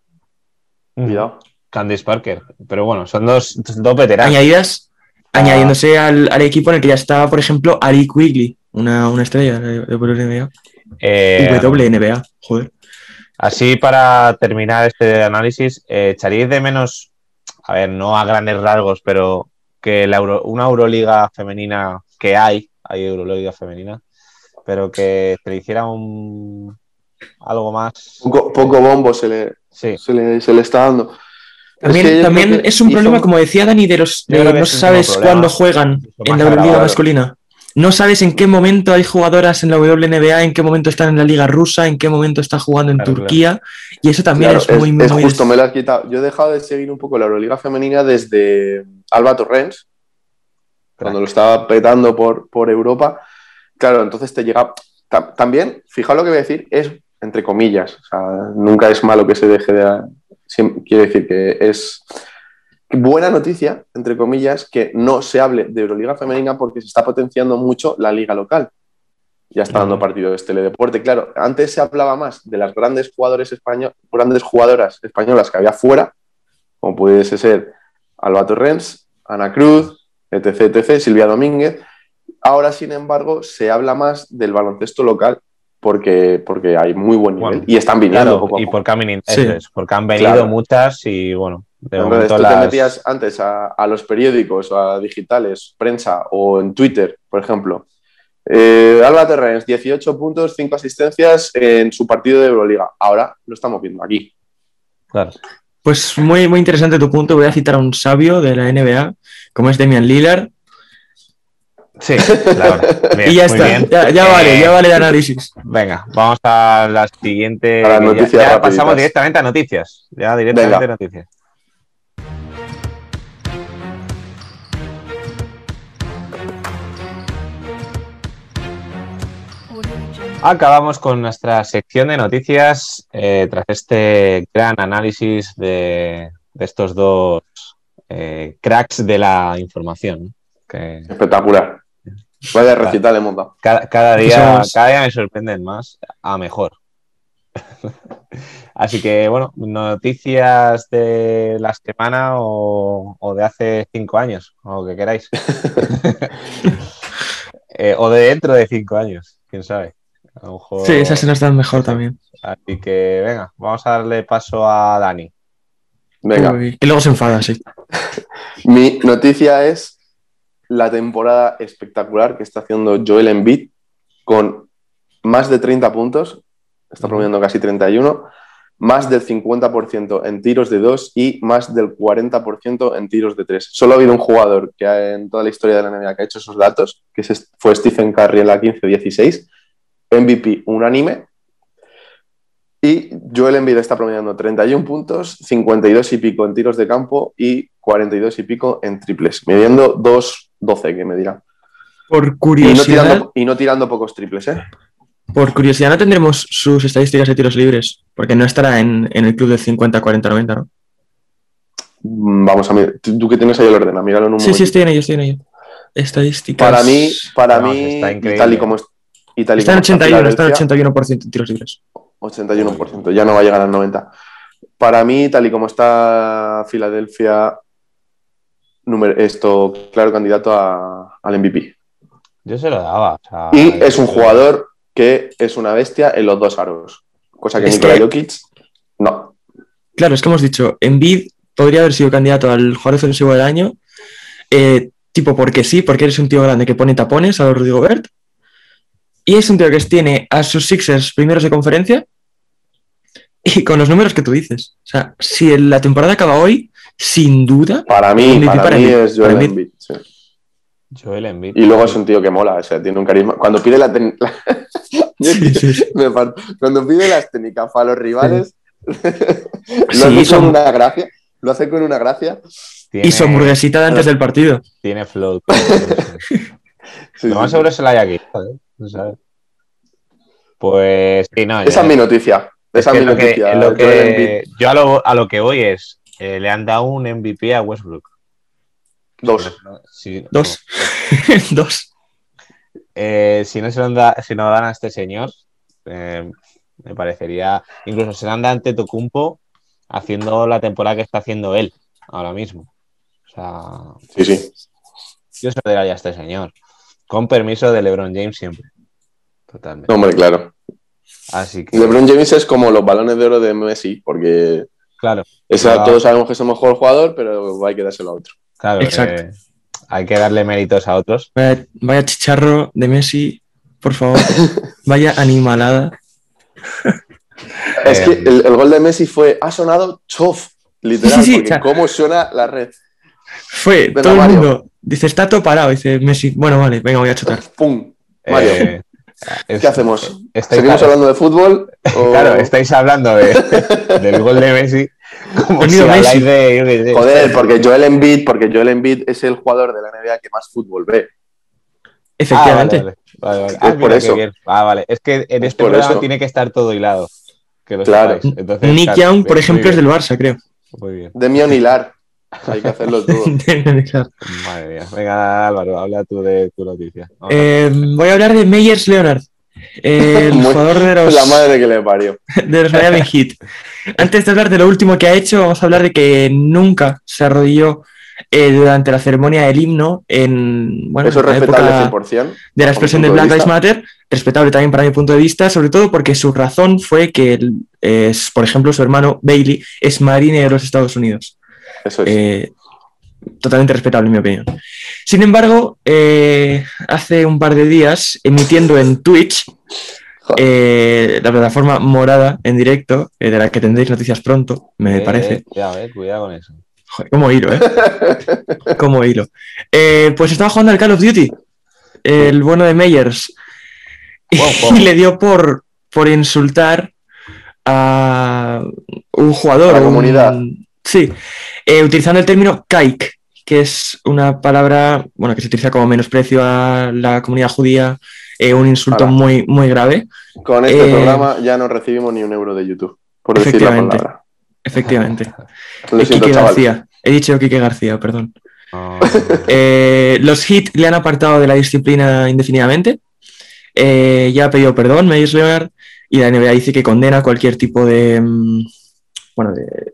Speaker 3: Cuidado.
Speaker 2: Candice Parker. Pero bueno, son dos, dos veteranos.
Speaker 4: Añadidas,
Speaker 2: Ah.
Speaker 4: añadiéndose al, al equipo en el que ya está, por ejemplo, Ari Quigley, una, una estrella de, de WNBA.
Speaker 2: Eh,
Speaker 4: WNBA, joder.
Speaker 2: Así para terminar este análisis, eh, ¿echaríais de menos, a ver, no a grandes rasgos, pero que la Euro- una Euroliga femenina que hay, hay Euroliga femenina, pero que se le hiciera un algo más?
Speaker 3: Poco, poco bombo se le,
Speaker 2: Sí,
Speaker 3: se le, se le está dando.
Speaker 4: También,
Speaker 3: que yo
Speaker 4: también
Speaker 3: creo que
Speaker 4: es un
Speaker 3: hizo
Speaker 4: problema,
Speaker 3: un-
Speaker 4: como decía Dani, de los
Speaker 2: Yo
Speaker 4: de
Speaker 2: creo que
Speaker 4: no
Speaker 2: es un
Speaker 4: sabes
Speaker 2: problema.
Speaker 4: cuándo juegan
Speaker 2: Mucho
Speaker 4: en
Speaker 2: más
Speaker 4: la Euroliga
Speaker 2: agravado.
Speaker 4: masculina. No sabes en qué momento hay jugadoras en la WNBA, en qué momento están en la Liga Rusa, en qué momento están jugando en
Speaker 2: Claro, claro.
Speaker 4: Turquía. Y eso también
Speaker 3: Claro,
Speaker 4: es muy, muy
Speaker 3: es
Speaker 4: muy
Speaker 3: justo, me lo has quitado. Yo he dejado de seguir un poco la Euroliga femenina desde mm, Alba Torrens, cuando lo estaba petando por, por Europa. Claro, entonces te llega. ta- También, fijaos lo que voy a decir, es entre comillas. O sea, nunca es malo que se deje de. siem- Quiere decir que es buena noticia, entre comillas, que no se hable de Euroliga femenina porque se está potenciando mucho la liga local. Ya está dando
Speaker 2: Ujú.
Speaker 3: partido este teledeporte. Claro, antes se hablaba más de las grandes jugadores español, grandes jugadoras españolas que había fuera, como pudiese ser Alba Torrens, Ana Cruz, etc, etc, Silvia Domínguez. Ahora, sin embargo, se habla más del baloncesto local porque, porque hay muy buen nivel
Speaker 2: Bueno,
Speaker 3: y están viniendo
Speaker 2: claro,
Speaker 3: poco a
Speaker 2: y
Speaker 3: poco.
Speaker 2: porque han, venido,
Speaker 4: Sí.
Speaker 2: eso es, porque han venido
Speaker 3: Claro.
Speaker 2: muchas y bueno, de
Speaker 3: Entonces,
Speaker 2: momento
Speaker 3: tú
Speaker 2: las-
Speaker 3: te metías antes a, a los periódicos, a digitales, prensa o en Twitter, por ejemplo. Eh, Alba Terrens, 18 puntos, 5 asistencias en su partido de Euroliga. Ahora lo estamos viendo aquí.
Speaker 2: claro.
Speaker 4: Pues muy, muy interesante tu punto. Voy a citar a un sabio de la NBA, como es Damian Lillard.
Speaker 2: Sí, claro. Bien,
Speaker 4: y ya
Speaker 2: muy
Speaker 4: está.
Speaker 2: bien.
Speaker 4: Ya, ya vale,
Speaker 2: Eh,
Speaker 4: ya vale el análisis.
Speaker 2: Venga, vamos a la siguiente.
Speaker 3: A las
Speaker 2: que ya-
Speaker 3: noticias
Speaker 2: ya
Speaker 3: rapiditas.
Speaker 2: pasamos directamente a noticias. Ya directamente
Speaker 3: Venga.
Speaker 2: a noticias. Acabamos con nuestra sección de noticias eh, tras este gran análisis de, de estos dos eh, cracks de la información. Que
Speaker 3: Espectacular. Vaya recital hemos dado.
Speaker 2: cada, cada día,
Speaker 4: Somos-
Speaker 2: cada día me sorprenden más a mejor. Así que, bueno, noticias de la semana o, o de hace cinco años, o lo que queráis. Eh, o de dentro de cinco años, quién sabe. A lo mejor-
Speaker 4: Sí, esas se nos dan mejor también.
Speaker 2: Así que, venga, vamos a darle paso a Dani.
Speaker 3: Venga.
Speaker 4: Uy, que luego se enfadan, sí.
Speaker 3: Mi noticia es la temporada espectacular que está haciendo Joel Embiid con más de 30 puntos, está promediando casi 31, más del 50% en tiros de 2 y más del 40% en tiros de 3. Solo ha habido un jugador que ha- en toda la historia de la NBA que ha hecho esos datos, que es- fue Stephen Curry en la 15-16, MVP unánime. Y Joel Embiid está promediando 31 puntos, 52 y pico en tiros de campo y 42 y pico en triples, midiendo 2-12 que me dirá.
Speaker 4: Por
Speaker 3: Y no,
Speaker 4: curiosidad,
Speaker 3: tirando, y no tirando pocos triples, ¿eh?
Speaker 4: por curiosidad, no tendremos sus estadísticas de tiros libres, porque no estará en, en el club del 50-40-90, ¿no?
Speaker 3: Mm, Vamos a mirar. Tú tú que tienes ahí el orden, míralo en un
Speaker 4: Sí, sí,
Speaker 3: momento.
Speaker 4: estoy en ello, estoy en ello. Estadísticas.
Speaker 3: Para mí, para
Speaker 2: Vamos,
Speaker 3: mí,
Speaker 2: está
Speaker 3: y
Speaker 2: increíble.
Speaker 3: tal y como es- y tal y
Speaker 4: Está en
Speaker 3: como está
Speaker 4: 81, está en
Speaker 3: Filadelfia,
Speaker 4: 81% en tiros libres.
Speaker 3: 81%, ya no va a llegar al 90%. Para mí, tal y como está Filadelfia, número- esto, claro, candidato a- al MVP.
Speaker 2: Yo se lo daba. o sea,
Speaker 3: Y es un
Speaker 2: yo-
Speaker 3: jugador que es una bestia en los dos aros, cosa que
Speaker 4: Es
Speaker 3: Nikola
Speaker 4: que-
Speaker 3: Jokic no.
Speaker 4: Claro, es que hemos dicho, Embiid podría haber sido candidato al jugador ofensivo del año, eh, tipo porque sí, porque eres un tío grande que pone tapones a los Rudy Gobert, y es un tío que tiene a sus Sixers primeros de conferencia, y con los números que tú dices. O sea, si la temporada acaba hoy, sin duda,
Speaker 3: Para mí,
Speaker 4: MVP
Speaker 3: para
Speaker 4: para
Speaker 3: mí
Speaker 4: Embiid,
Speaker 3: es Joel
Speaker 4: para Embiid.
Speaker 3: Embiid, sí.
Speaker 2: Joel Embiid.
Speaker 3: Y luego es un tío que mola, o sea, tiene un carisma. Cuando pide la, ten- la-
Speaker 4: Sí, sí, sí.
Speaker 3: Me fal- Cuando pide las técnicas para los rivales, lo
Speaker 4: Sí,
Speaker 3: hace con
Speaker 4: son-
Speaker 3: una gracia. Lo hace con una gracia.
Speaker 2: tiene,
Speaker 4: y su hamburguesita de antes del partido.
Speaker 2: Tiene float.
Speaker 3: Sí,
Speaker 2: lo
Speaker 3: sí,
Speaker 2: más
Speaker 3: sí.
Speaker 2: ¿eh? seguro es el Ajax, ¿sabes? No sabes. Pues sí, no.
Speaker 3: Esa
Speaker 2: ya-
Speaker 3: es mi noticia.
Speaker 2: Es
Speaker 3: Esa es
Speaker 2: que
Speaker 3: mi
Speaker 2: lo que-
Speaker 3: noticia.
Speaker 2: lo que-
Speaker 3: Joel Embiid,
Speaker 2: yo a lo, a lo que voy es, eh, le han dado un MVP a Westbrook.
Speaker 3: Dos.
Speaker 2: Sí, no.
Speaker 4: Dos.
Speaker 2: Oh.
Speaker 4: Dos.
Speaker 2: Eh, si no se lo han da- si no dan a este señor, eh, me parecería. Incluso se lo han dado ante Tocumpo haciendo la temporada que está haciendo él ahora mismo. O sea,
Speaker 3: Sí, sí.
Speaker 2: yo se lo daría a este señor. Con permiso de LeBron James siempre. Totalmente.
Speaker 3: No, hombre, claro.
Speaker 2: Así que,
Speaker 3: LeBron James es como los balones de oro de Messi, porque
Speaker 2: claro,
Speaker 3: esa,
Speaker 2: Ah.
Speaker 3: todos sabemos que es el mejor jugador, pero hay que dárselo a otro.
Speaker 2: claro.
Speaker 4: Exacto.
Speaker 2: eh, hay que darle méritos a otros.
Speaker 4: Vaya, vaya chicharro de Messi, por favor. Vaya animalada.
Speaker 3: Es
Speaker 2: Eh,
Speaker 3: que el, el gol de Messi fue, ha sonado chof, literal,
Speaker 4: Sí, sí, sí,
Speaker 3: porque
Speaker 4: o sea-
Speaker 3: cómo suena la red.
Speaker 4: Fue
Speaker 3: Venga,
Speaker 4: todo el
Speaker 3: Mario.
Speaker 4: mundo. Dice, está todo parado. Dice Messi, bueno, vale, venga, voy a chutar.
Speaker 3: ¡Pum!
Speaker 2: eh,
Speaker 3: Mario,
Speaker 2: es-
Speaker 3: ¿Qué hacemos?
Speaker 2: estáis-
Speaker 3: ¿Seguimos hablando de fútbol? o-
Speaker 2: Claro, estáis hablando de- del gol de Messi. Como si
Speaker 4: Venido Messi. Ah,
Speaker 2: habláis de. yo qué sé.
Speaker 3: Joder, porque Joel Embiid, porque Joel Embiid es el jugador de la NBA que más fútbol ve.
Speaker 2: Ah, vale,
Speaker 4: Efectivamente.
Speaker 2: vale, vale, vale. Ah,
Speaker 3: Es por
Speaker 2: mira,
Speaker 3: eso.
Speaker 2: qué bien. Ah, vale. Es que en
Speaker 3: Es
Speaker 2: este
Speaker 3: por
Speaker 2: programa
Speaker 3: eso.
Speaker 2: tiene que estar todo hilado. Que lo
Speaker 3: Claro.
Speaker 2: sepáis. Entonces,
Speaker 4: Nick
Speaker 2: claro,
Speaker 4: Young, por
Speaker 2: bien,
Speaker 4: ejemplo,
Speaker 2: muy
Speaker 4: es del Barça, creo.
Speaker 2: bien, Muy bien.
Speaker 3: Demian Hilar. Hay que hacerlo todo.
Speaker 2: Oh. Madre mía. Venga, Álvaro, habla tú de tu noticia. Vamos.
Speaker 4: Eh, voy a hablar de Meyers Leonard, eh, el
Speaker 3: Muy-
Speaker 4: jugador de los,
Speaker 3: La madre que le parió.
Speaker 4: de los Miami Heat. Antes de hablar de lo último que ha hecho, vamos a hablar de que nunca se arrodilló eh, durante la ceremonia del himno en bueno,
Speaker 3: Eso es
Speaker 4: en la
Speaker 3: respetable
Speaker 4: época
Speaker 3: 100%.
Speaker 4: de la
Speaker 3: bajo mi
Speaker 4: expresión de
Speaker 3: punto de
Speaker 4: Black Lives
Speaker 3: vista.
Speaker 4: Matter, respetable también para mi punto de vista, sobre todo porque su razón fue que, el- es, por ejemplo, su hermano Bailey es marine de los Estados Unidos.
Speaker 3: Eso es.
Speaker 4: Eh, totalmente respetable, en mi opinión. Sin embargo, eh, hace un par de días, emitiendo en Twitch,
Speaker 3: Joder.
Speaker 4: eh, la plataforma morada en directo, eh, de la que tendréis noticias pronto,
Speaker 2: Eh,
Speaker 4: me
Speaker 2: eh,
Speaker 4: parece.
Speaker 2: cuidado, eh, cuidado con eso.
Speaker 4: Joder, cómo hilo, ¿eh? Cómo hilo. Eh, pues estaba jugando al Call of Duty, el bueno de Meyers,
Speaker 2: Wow, wow.
Speaker 4: y le dio por, por insultar a un jugador.
Speaker 3: A la
Speaker 4: un-
Speaker 3: comunidad.
Speaker 4: sí, eh, utilizando el término kaik, que es una palabra bueno, que se utiliza como menosprecio a la comunidad judía, eh, un insulto
Speaker 3: Ala.
Speaker 4: muy, muy grave,
Speaker 3: Con este
Speaker 4: eh,
Speaker 3: programa ya no recibimos ni un euro de YouTube, por decir la
Speaker 4: Efectivamente.
Speaker 3: palabra.
Speaker 4: efectivamente.
Speaker 3: Lo
Speaker 4: Eh,
Speaker 3: siento,
Speaker 4: Quique
Speaker 3: chaval.
Speaker 4: García. He dicho Quique García, perdón.
Speaker 2: No,
Speaker 4: Eh, los Heat le han apartado de la disciplina indefinidamente. Eh, ya ha pedido perdón, Mavis Leonard, y la NBA dice que condena cualquier tipo de, mm, bueno, de,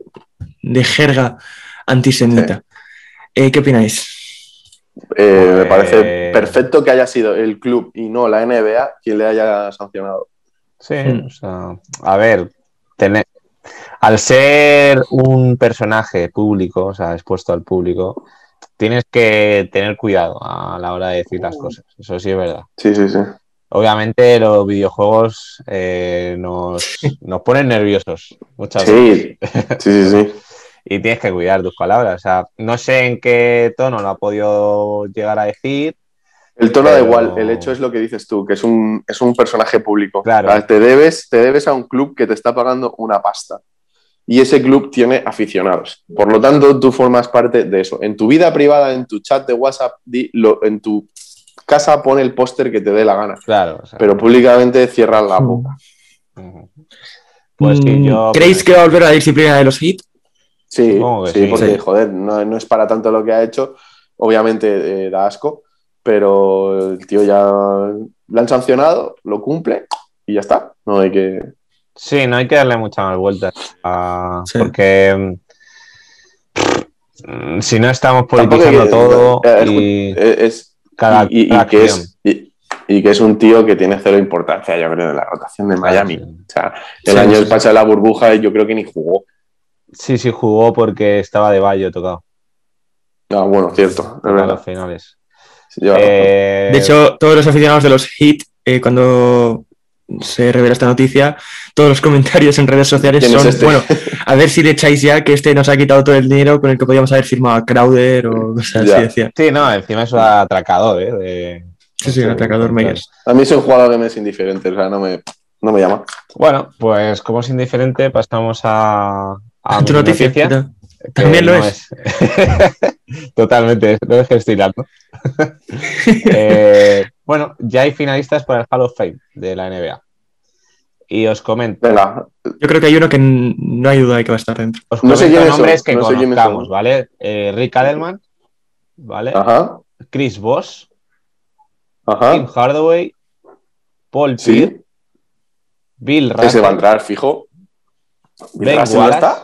Speaker 4: de jerga antisemita. Eh, ¿Qué opináis?
Speaker 3: Eh, me
Speaker 2: Eh,
Speaker 3: parece perfecto que haya sido el club y no la NBA quien le haya sancionado.
Speaker 2: Sí,
Speaker 4: Mm.
Speaker 2: o sea, a ver, tener- al ser un personaje público, o sea, expuesto al público, tienes que tener cuidado a la hora de decir
Speaker 3: Mm.
Speaker 2: las cosas. Eso sí es verdad.
Speaker 3: Sí, sí, sí.
Speaker 2: Obviamente los videojuegos eh, nos, nos ponen nerviosos muchas veces
Speaker 3: Sí, sí, sí. sí.
Speaker 2: y tienes que cuidar tus palabras. O sea, no sé en qué tono lo ha podido llegar a decir.
Speaker 3: El tono da
Speaker 2: Pero-
Speaker 3: igual, el hecho es lo que dices tú, que es un, es un personaje público.
Speaker 2: Claro.
Speaker 3: O sea, Te debes, te debes a un club que te está pagando una pasta. Y ese club tiene aficionados. Por lo tanto, tú formas parte de eso. En tu vida privada, en tu chat de WhatsApp, di lo- en tu casa pon el póster que te dé la gana.
Speaker 2: Claro. o sea,
Speaker 3: Pero públicamente cierras la boca.
Speaker 2: ujú. Ah, Pues sí,
Speaker 4: Mm,
Speaker 2: yo-
Speaker 4: ¿Creéis que va a volver a la disciplina de los Heat?
Speaker 3: Sí,
Speaker 2: Supongo que
Speaker 3: sí,
Speaker 2: sí.
Speaker 3: porque,
Speaker 4: Sí.
Speaker 3: joder, no, no es para tanto lo que ha hecho. Obviamente eh, da asco, pero el tío ya lo han sancionado, lo cumple y ya está. No hay que.
Speaker 2: Sí, no hay que darle mucha más vuelta. a-
Speaker 4: Sí.
Speaker 2: Porque mm, si no estamos
Speaker 3: Tampoco hay
Speaker 2: politizando
Speaker 3: que-
Speaker 2: todo
Speaker 3: eh,
Speaker 2: y
Speaker 3: Eh, es,
Speaker 2: cada,
Speaker 3: y, y-
Speaker 2: cada
Speaker 3: y que
Speaker 2: acción.
Speaker 3: es, y, y que es un tío que tiene cero importancia, yo creo, en la rotación de Miami.
Speaker 2: Sí.
Speaker 3: O sea, el
Speaker 4: Sí,
Speaker 3: año
Speaker 4: sí,
Speaker 3: del
Speaker 4: sí.
Speaker 3: paso de la burbuja yo creo que ni jugó.
Speaker 2: Sí, sí, jugó porque estaba de Bayo tocado
Speaker 3: Ah, bueno, cierto, es
Speaker 2: a los
Speaker 3: verdad.
Speaker 2: finales.
Speaker 3: Sí, lleva razón.
Speaker 2: Eh,
Speaker 4: De hecho, todos los aficionados de los Heat, eh, cuando se revela esta noticia, todos los comentarios en redes sociales
Speaker 3: ¿Quién es
Speaker 4: son,
Speaker 3: este?
Speaker 4: bueno, a ver si le echáis ya que este nos ha quitado todo el dinero con el que podíamos haber firmado a Crowder o cosas
Speaker 3: Ya.
Speaker 4: así, decía.
Speaker 2: sí, no, encima es un atracador, ¿eh? de-
Speaker 4: Sí, sí, el atacador Meyers.
Speaker 3: A mí es un jugador que me es indiferente, o sea, no me, no me llama.
Speaker 2: Bueno, pues como es indiferente, pasamos a. a
Speaker 4: tu
Speaker 2: mi
Speaker 4: noticia. Eh, ¿qué tal?
Speaker 2: que
Speaker 4: También lo
Speaker 2: no
Speaker 4: es.
Speaker 2: es- Totalmente, no es que estoy largo. Eh, bueno, ya hay finalistas para el Hall of Fame de la NBA. Y os comento,
Speaker 3: Venga,
Speaker 4: Yo creo que hay uno que n- no hay duda de que va a estar dentro.
Speaker 2: os
Speaker 3: No sé
Speaker 2: comento
Speaker 3: quiénes son,
Speaker 2: nombres que
Speaker 3: no sé quiénes
Speaker 2: conozcamos,
Speaker 3: son.
Speaker 2: ¿vale? Eh, Rick Adelman, ¿vale?
Speaker 3: ajá,
Speaker 2: Chris Voss, Tim
Speaker 3: ajá.
Speaker 2: Hardaway, Paul Pierce,
Speaker 3: Ah. Sí,
Speaker 2: Bill
Speaker 3: ese
Speaker 2: Russell,
Speaker 3: va a entrar, fijo.
Speaker 2: Ben
Speaker 3: ¿Bill Russell no
Speaker 2: Wallace.
Speaker 3: está?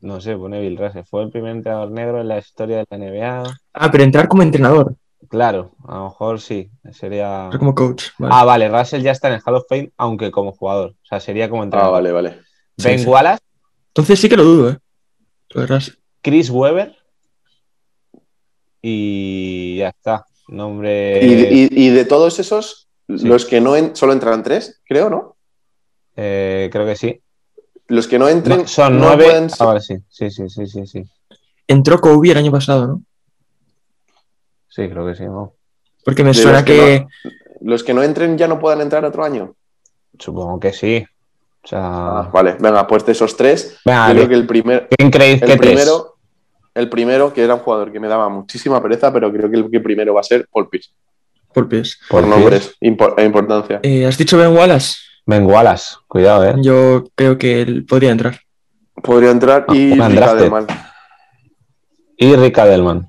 Speaker 2: No sé, pone Bill Russell. Fue el primer entrenador negro en la historia de la NBA.
Speaker 4: Ah, pero entrar como entrenador,
Speaker 2: Claro, a lo mejor sí. Sería.
Speaker 4: entrar como coach. Vale.
Speaker 2: Ah, vale, Russell ya está en el Hall of Fame, aunque como jugador. O sea, sería como
Speaker 3: Ah,
Speaker 2: entrenador.
Speaker 3: vale, vale.
Speaker 4: Sí,
Speaker 2: Ben
Speaker 4: sí.
Speaker 2: Wallace,
Speaker 4: Entonces sí que lo dudo, ¿eh? Lo de Russell.
Speaker 2: Chris Webber. Y ya está. Nombre.
Speaker 3: Y, y- y de todos esos,
Speaker 2: Eh, sí.
Speaker 3: los que no en- solo entran tres, creo, ¿no?
Speaker 2: eh, creo que sí.
Speaker 3: Los que no entren
Speaker 2: No, son
Speaker 3: no
Speaker 2: nueve.
Speaker 3: pueden
Speaker 2: Ah,
Speaker 3: ser-
Speaker 2: vale, sí. Sí, sí, sí, sí, sí.
Speaker 4: Entró Kobe el año pasado, ¿no?
Speaker 2: Sí, creo que sí, ¿no?
Speaker 4: Porque me
Speaker 3: De
Speaker 4: suena
Speaker 3: los
Speaker 4: que,
Speaker 3: que los que no entren ya no puedan entrar otro año.
Speaker 2: Supongo que sí. O sea.
Speaker 3: Ah, vale, venga, pues de esos tres,
Speaker 2: Venga,
Speaker 3: yo creo que el primer,
Speaker 2: ¿quién creéis que
Speaker 3: el
Speaker 2: tres?
Speaker 3: primero, el primero, que era un jugador que me daba muchísima pereza, pero creo que el que primero va a ser Paul Pierce,
Speaker 4: por pies.
Speaker 3: por
Speaker 2: Paul Pierce.
Speaker 3: nombres impo- e importancia.
Speaker 4: Eh, ¿Has dicho Ben Wallace?
Speaker 2: Ben Wallace, cuidado, eh.
Speaker 4: Yo creo que él podría entrar.
Speaker 3: Podría entrar
Speaker 2: Ah,
Speaker 3: y
Speaker 2: un
Speaker 3: Rick
Speaker 2: undrafted.
Speaker 3: Adelman.
Speaker 2: Y Rick Adelman.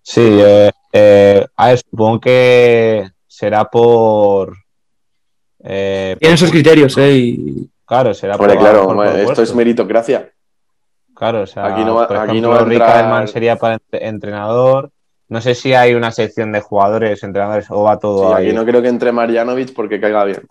Speaker 2: Sí,
Speaker 3: Ah.
Speaker 2: eh, eh, a ver, supongo que será por. eh,
Speaker 4: Tiene esos criterios, ¿eh? Y
Speaker 2: claro, será
Speaker 3: Hombre,
Speaker 2: por.
Speaker 3: claro,
Speaker 2: por- por
Speaker 3: hombre, esto
Speaker 2: puesto.
Speaker 3: es meritocracia.
Speaker 2: Claro, o sea,
Speaker 3: aquí no va-
Speaker 2: por
Speaker 3: aquí
Speaker 2: ejemplo,
Speaker 3: no va a
Speaker 2: Rick
Speaker 3: entrar-
Speaker 2: Adelman sería para entre- entrenador. No sé si hay una sección de jugadores, entrenadores o va
Speaker 3: Sí,
Speaker 2: todo ahí.
Speaker 3: aquí no creo que entre Marjanovic porque caiga bien.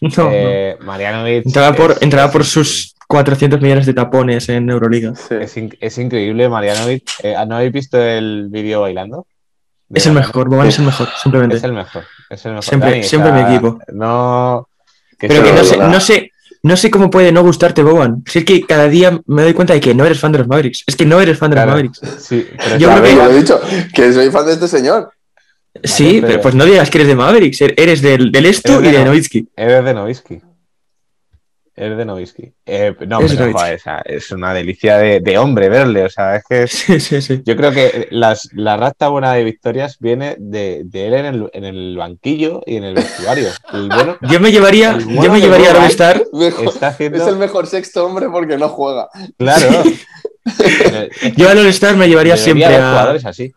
Speaker 4: no, no.
Speaker 2: Eh, Marianovic
Speaker 4: Entrará por,
Speaker 2: es-
Speaker 4: entrará
Speaker 2: es
Speaker 4: por
Speaker 2: increíble.
Speaker 4: sus 400 millones de tapones en Euroliga.
Speaker 3: Sí.
Speaker 2: Es, in- es increíble, Marianovic. Eh, ¿No habéis visto el vídeo bailando? De
Speaker 4: Es el
Speaker 2: Marianovic.
Speaker 4: mejor, Boban es el mejor, simplemente.
Speaker 2: Es el mejor, es el mejor.
Speaker 4: Siempre-
Speaker 2: Dani,
Speaker 4: siempre me equivoco.
Speaker 2: No.
Speaker 4: Pero
Speaker 3: Eso
Speaker 4: que
Speaker 3: no
Speaker 4: no
Speaker 3: lo
Speaker 4: sé,
Speaker 3: digo nada.
Speaker 4: no sé, no sé cómo puede no gustarte Boban. Si es que cada día me doy cuenta de que no eres fan de los Mavericks. Es que no eres fan de
Speaker 2: Claro.
Speaker 4: los Mavericks.
Speaker 2: Sí, pero
Speaker 4: Yo
Speaker 2: está
Speaker 3: Ya
Speaker 4: creo que-
Speaker 2: bien.
Speaker 3: lo he dicho, que soy fan de este señor.
Speaker 4: sí, pero...
Speaker 2: pero-
Speaker 4: pues no digas que eres de Mavericks, er- eres del, del Estu
Speaker 2: Eres de
Speaker 4: y de
Speaker 2: no-
Speaker 4: Nowitzki.
Speaker 2: Eres de Novisky. Eres de Novisky. Eh, no,
Speaker 4: Eres de
Speaker 2: pero
Speaker 4: Nowitzki.
Speaker 2: joder, o sea, es una delicia de, de hombre verle. O sea, es que es-
Speaker 4: Sí, sí, sí.
Speaker 2: yo creo que las, la rasta buena de victorias viene de, de él en el, en el banquillo y en el vestuario. El bueno
Speaker 4: Yo me llevaría,
Speaker 2: El
Speaker 4: yo
Speaker 2: bueno
Speaker 4: me
Speaker 2: de
Speaker 4: llevaría a
Speaker 2: Boban.
Speaker 4: Robestar.
Speaker 3: Mejor-
Speaker 2: está haciendo.
Speaker 3: es el mejor sexto hombre porque no juega.
Speaker 2: Claro. Pero-
Speaker 4: Yo al All-Star me llevaría
Speaker 2: debería
Speaker 4: siempre
Speaker 2: haber
Speaker 4: a,
Speaker 2: jugadores así.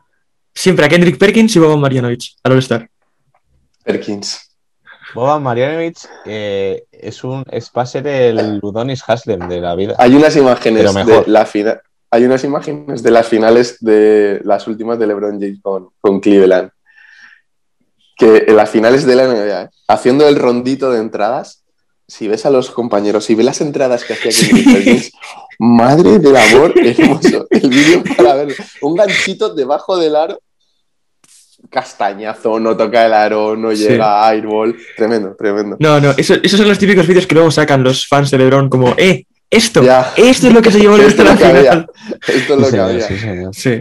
Speaker 4: siempre a Kendrick Perkins y Boban Marjanovic al All-Star.
Speaker 3: Perkins.
Speaker 2: Boban Marjanovic eh, es un es va a ser el Ludonis Haslem de la vida.
Speaker 3: Hay unas imágenes
Speaker 2: Pero
Speaker 3: de
Speaker 2: mejor.
Speaker 3: la final. Hay unas imágenes de las finales de las últimas de LeBron James con, con Cleveland. Que en las finales de la NBA, ¿eh? haciendo el rondito de entradas, si ves a los compañeros, si ves las entradas que hacía Kendrick
Speaker 4: Sí.
Speaker 3: Perkins, madre del amor hermoso, el vídeo para verlo. Un ganchito debajo del aro, castañazo, no toca el aro, no
Speaker 4: Sí.
Speaker 3: llega a airball, tremendo, tremendo.
Speaker 4: No, no, eso- esos son los típicos vídeos que luego sacan los fans de LeBron como, eh, esto,
Speaker 3: Ya.
Speaker 4: esto es lo que se llevó el
Speaker 3: Esto
Speaker 4: All-Star a
Speaker 3: es
Speaker 4: la
Speaker 3: lo que había.
Speaker 4: final.
Speaker 3: Esto es lo
Speaker 2: Sí,
Speaker 3: que
Speaker 2: señor,
Speaker 3: había.
Speaker 2: sí, señor.
Speaker 4: Sí.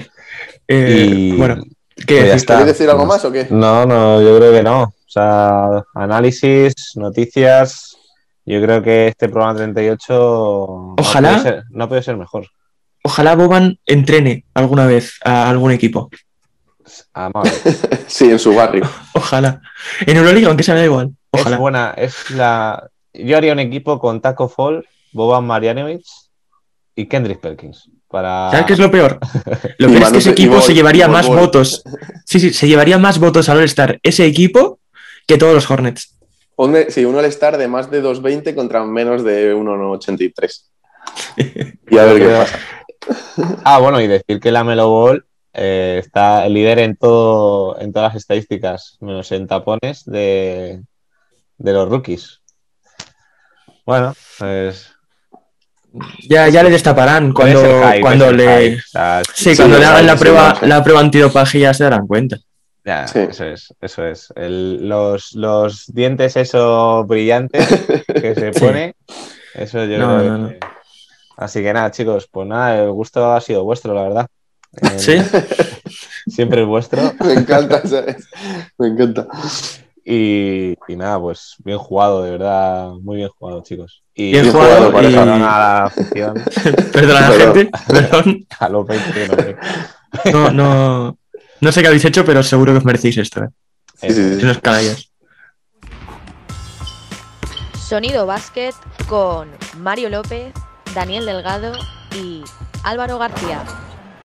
Speaker 4: Eh,
Speaker 2: Y-
Speaker 4: Bueno, ¿qué
Speaker 2: Pues ya
Speaker 4: decir?
Speaker 2: está.
Speaker 3: ¿Queréis decir algo
Speaker 2: No
Speaker 3: más o qué?
Speaker 2: No, no, yo creo que no. O sea, análisis, noticias. Yo creo que este programa 38
Speaker 4: Ojalá.
Speaker 2: no puede ser, no puede ser mejor.
Speaker 4: Ojalá Boban entrene alguna vez a algún equipo.
Speaker 2: Amable.
Speaker 3: Sí, en su barrio.
Speaker 4: Ojalá. En Euroliga, aunque sea, me da igual.
Speaker 2: Es
Speaker 4: Ojalá.
Speaker 2: buena, es la. Yo haría un equipo con Taco Fall, Boban Marjanovic y Kendrick Perkins. Para...
Speaker 4: ¿Sabes qué es lo peor? Lo
Speaker 3: Y
Speaker 4: peor es
Speaker 3: Manu-
Speaker 4: que ese
Speaker 3: y
Speaker 4: equipo
Speaker 3: Bol-
Speaker 4: se llevaría
Speaker 3: y Bol-
Speaker 4: más
Speaker 3: Bol.
Speaker 4: votos. Sí, sí, se llevaría más votos al All-Star ese equipo que todos los Hornets.
Speaker 3: Hombre, sí, un All-Star de más de 2.20 contra menos de 1.83. Y a ver qué pasa.
Speaker 2: Ah, bueno, y decir que la Melo Ball eh, está líder en todo, en todas las estadísticas, menos en tapones de, de los rookies. Bueno, pues
Speaker 4: Ya, ya le destaparán
Speaker 2: puede
Speaker 4: cuando,
Speaker 2: ser high,
Speaker 4: cuando
Speaker 2: puede ser
Speaker 4: le.
Speaker 2: high. O sea,
Speaker 4: Sí,
Speaker 3: Sí,
Speaker 4: cuando le
Speaker 3: sí,
Speaker 4: hagan la
Speaker 3: sí,
Speaker 4: prueba,
Speaker 3: sí.
Speaker 4: la prueba antidopaje ya se darán cuenta.
Speaker 2: Eh, ya,
Speaker 3: Sí.
Speaker 2: eso es, eso es. El- los, los dientes esos brillantes que se
Speaker 4: Sí.
Speaker 2: pone, eso yo
Speaker 4: No,
Speaker 2: creo
Speaker 4: no,
Speaker 2: que- Así que nada, chicos, pues nada, el gusto ha sido vuestro, la verdad. Eh,
Speaker 4: Sí,
Speaker 2: Siempre es vuestro.
Speaker 3: Me encanta, ¿sabes? Me encanta.
Speaker 2: Y, y nada, pues bien jugado, de verdad, muy bien jugado, chicos. Y
Speaker 4: Bien
Speaker 3: jugado,
Speaker 2: por
Speaker 3: y-
Speaker 2: eso no a la afición,
Speaker 4: perdona la
Speaker 3: Perdón.
Speaker 4: gente, perdón.
Speaker 2: a los 20 de noviembre.
Speaker 4: No, no, no sé qué habéis hecho, pero seguro que ¿eh? os merecéis esto, ¿eh?
Speaker 3: Sí, sí, sí.
Speaker 4: Unos canallas.
Speaker 1: Sonido Básquet con Mario López, Daniel Delgado y Álvaro García.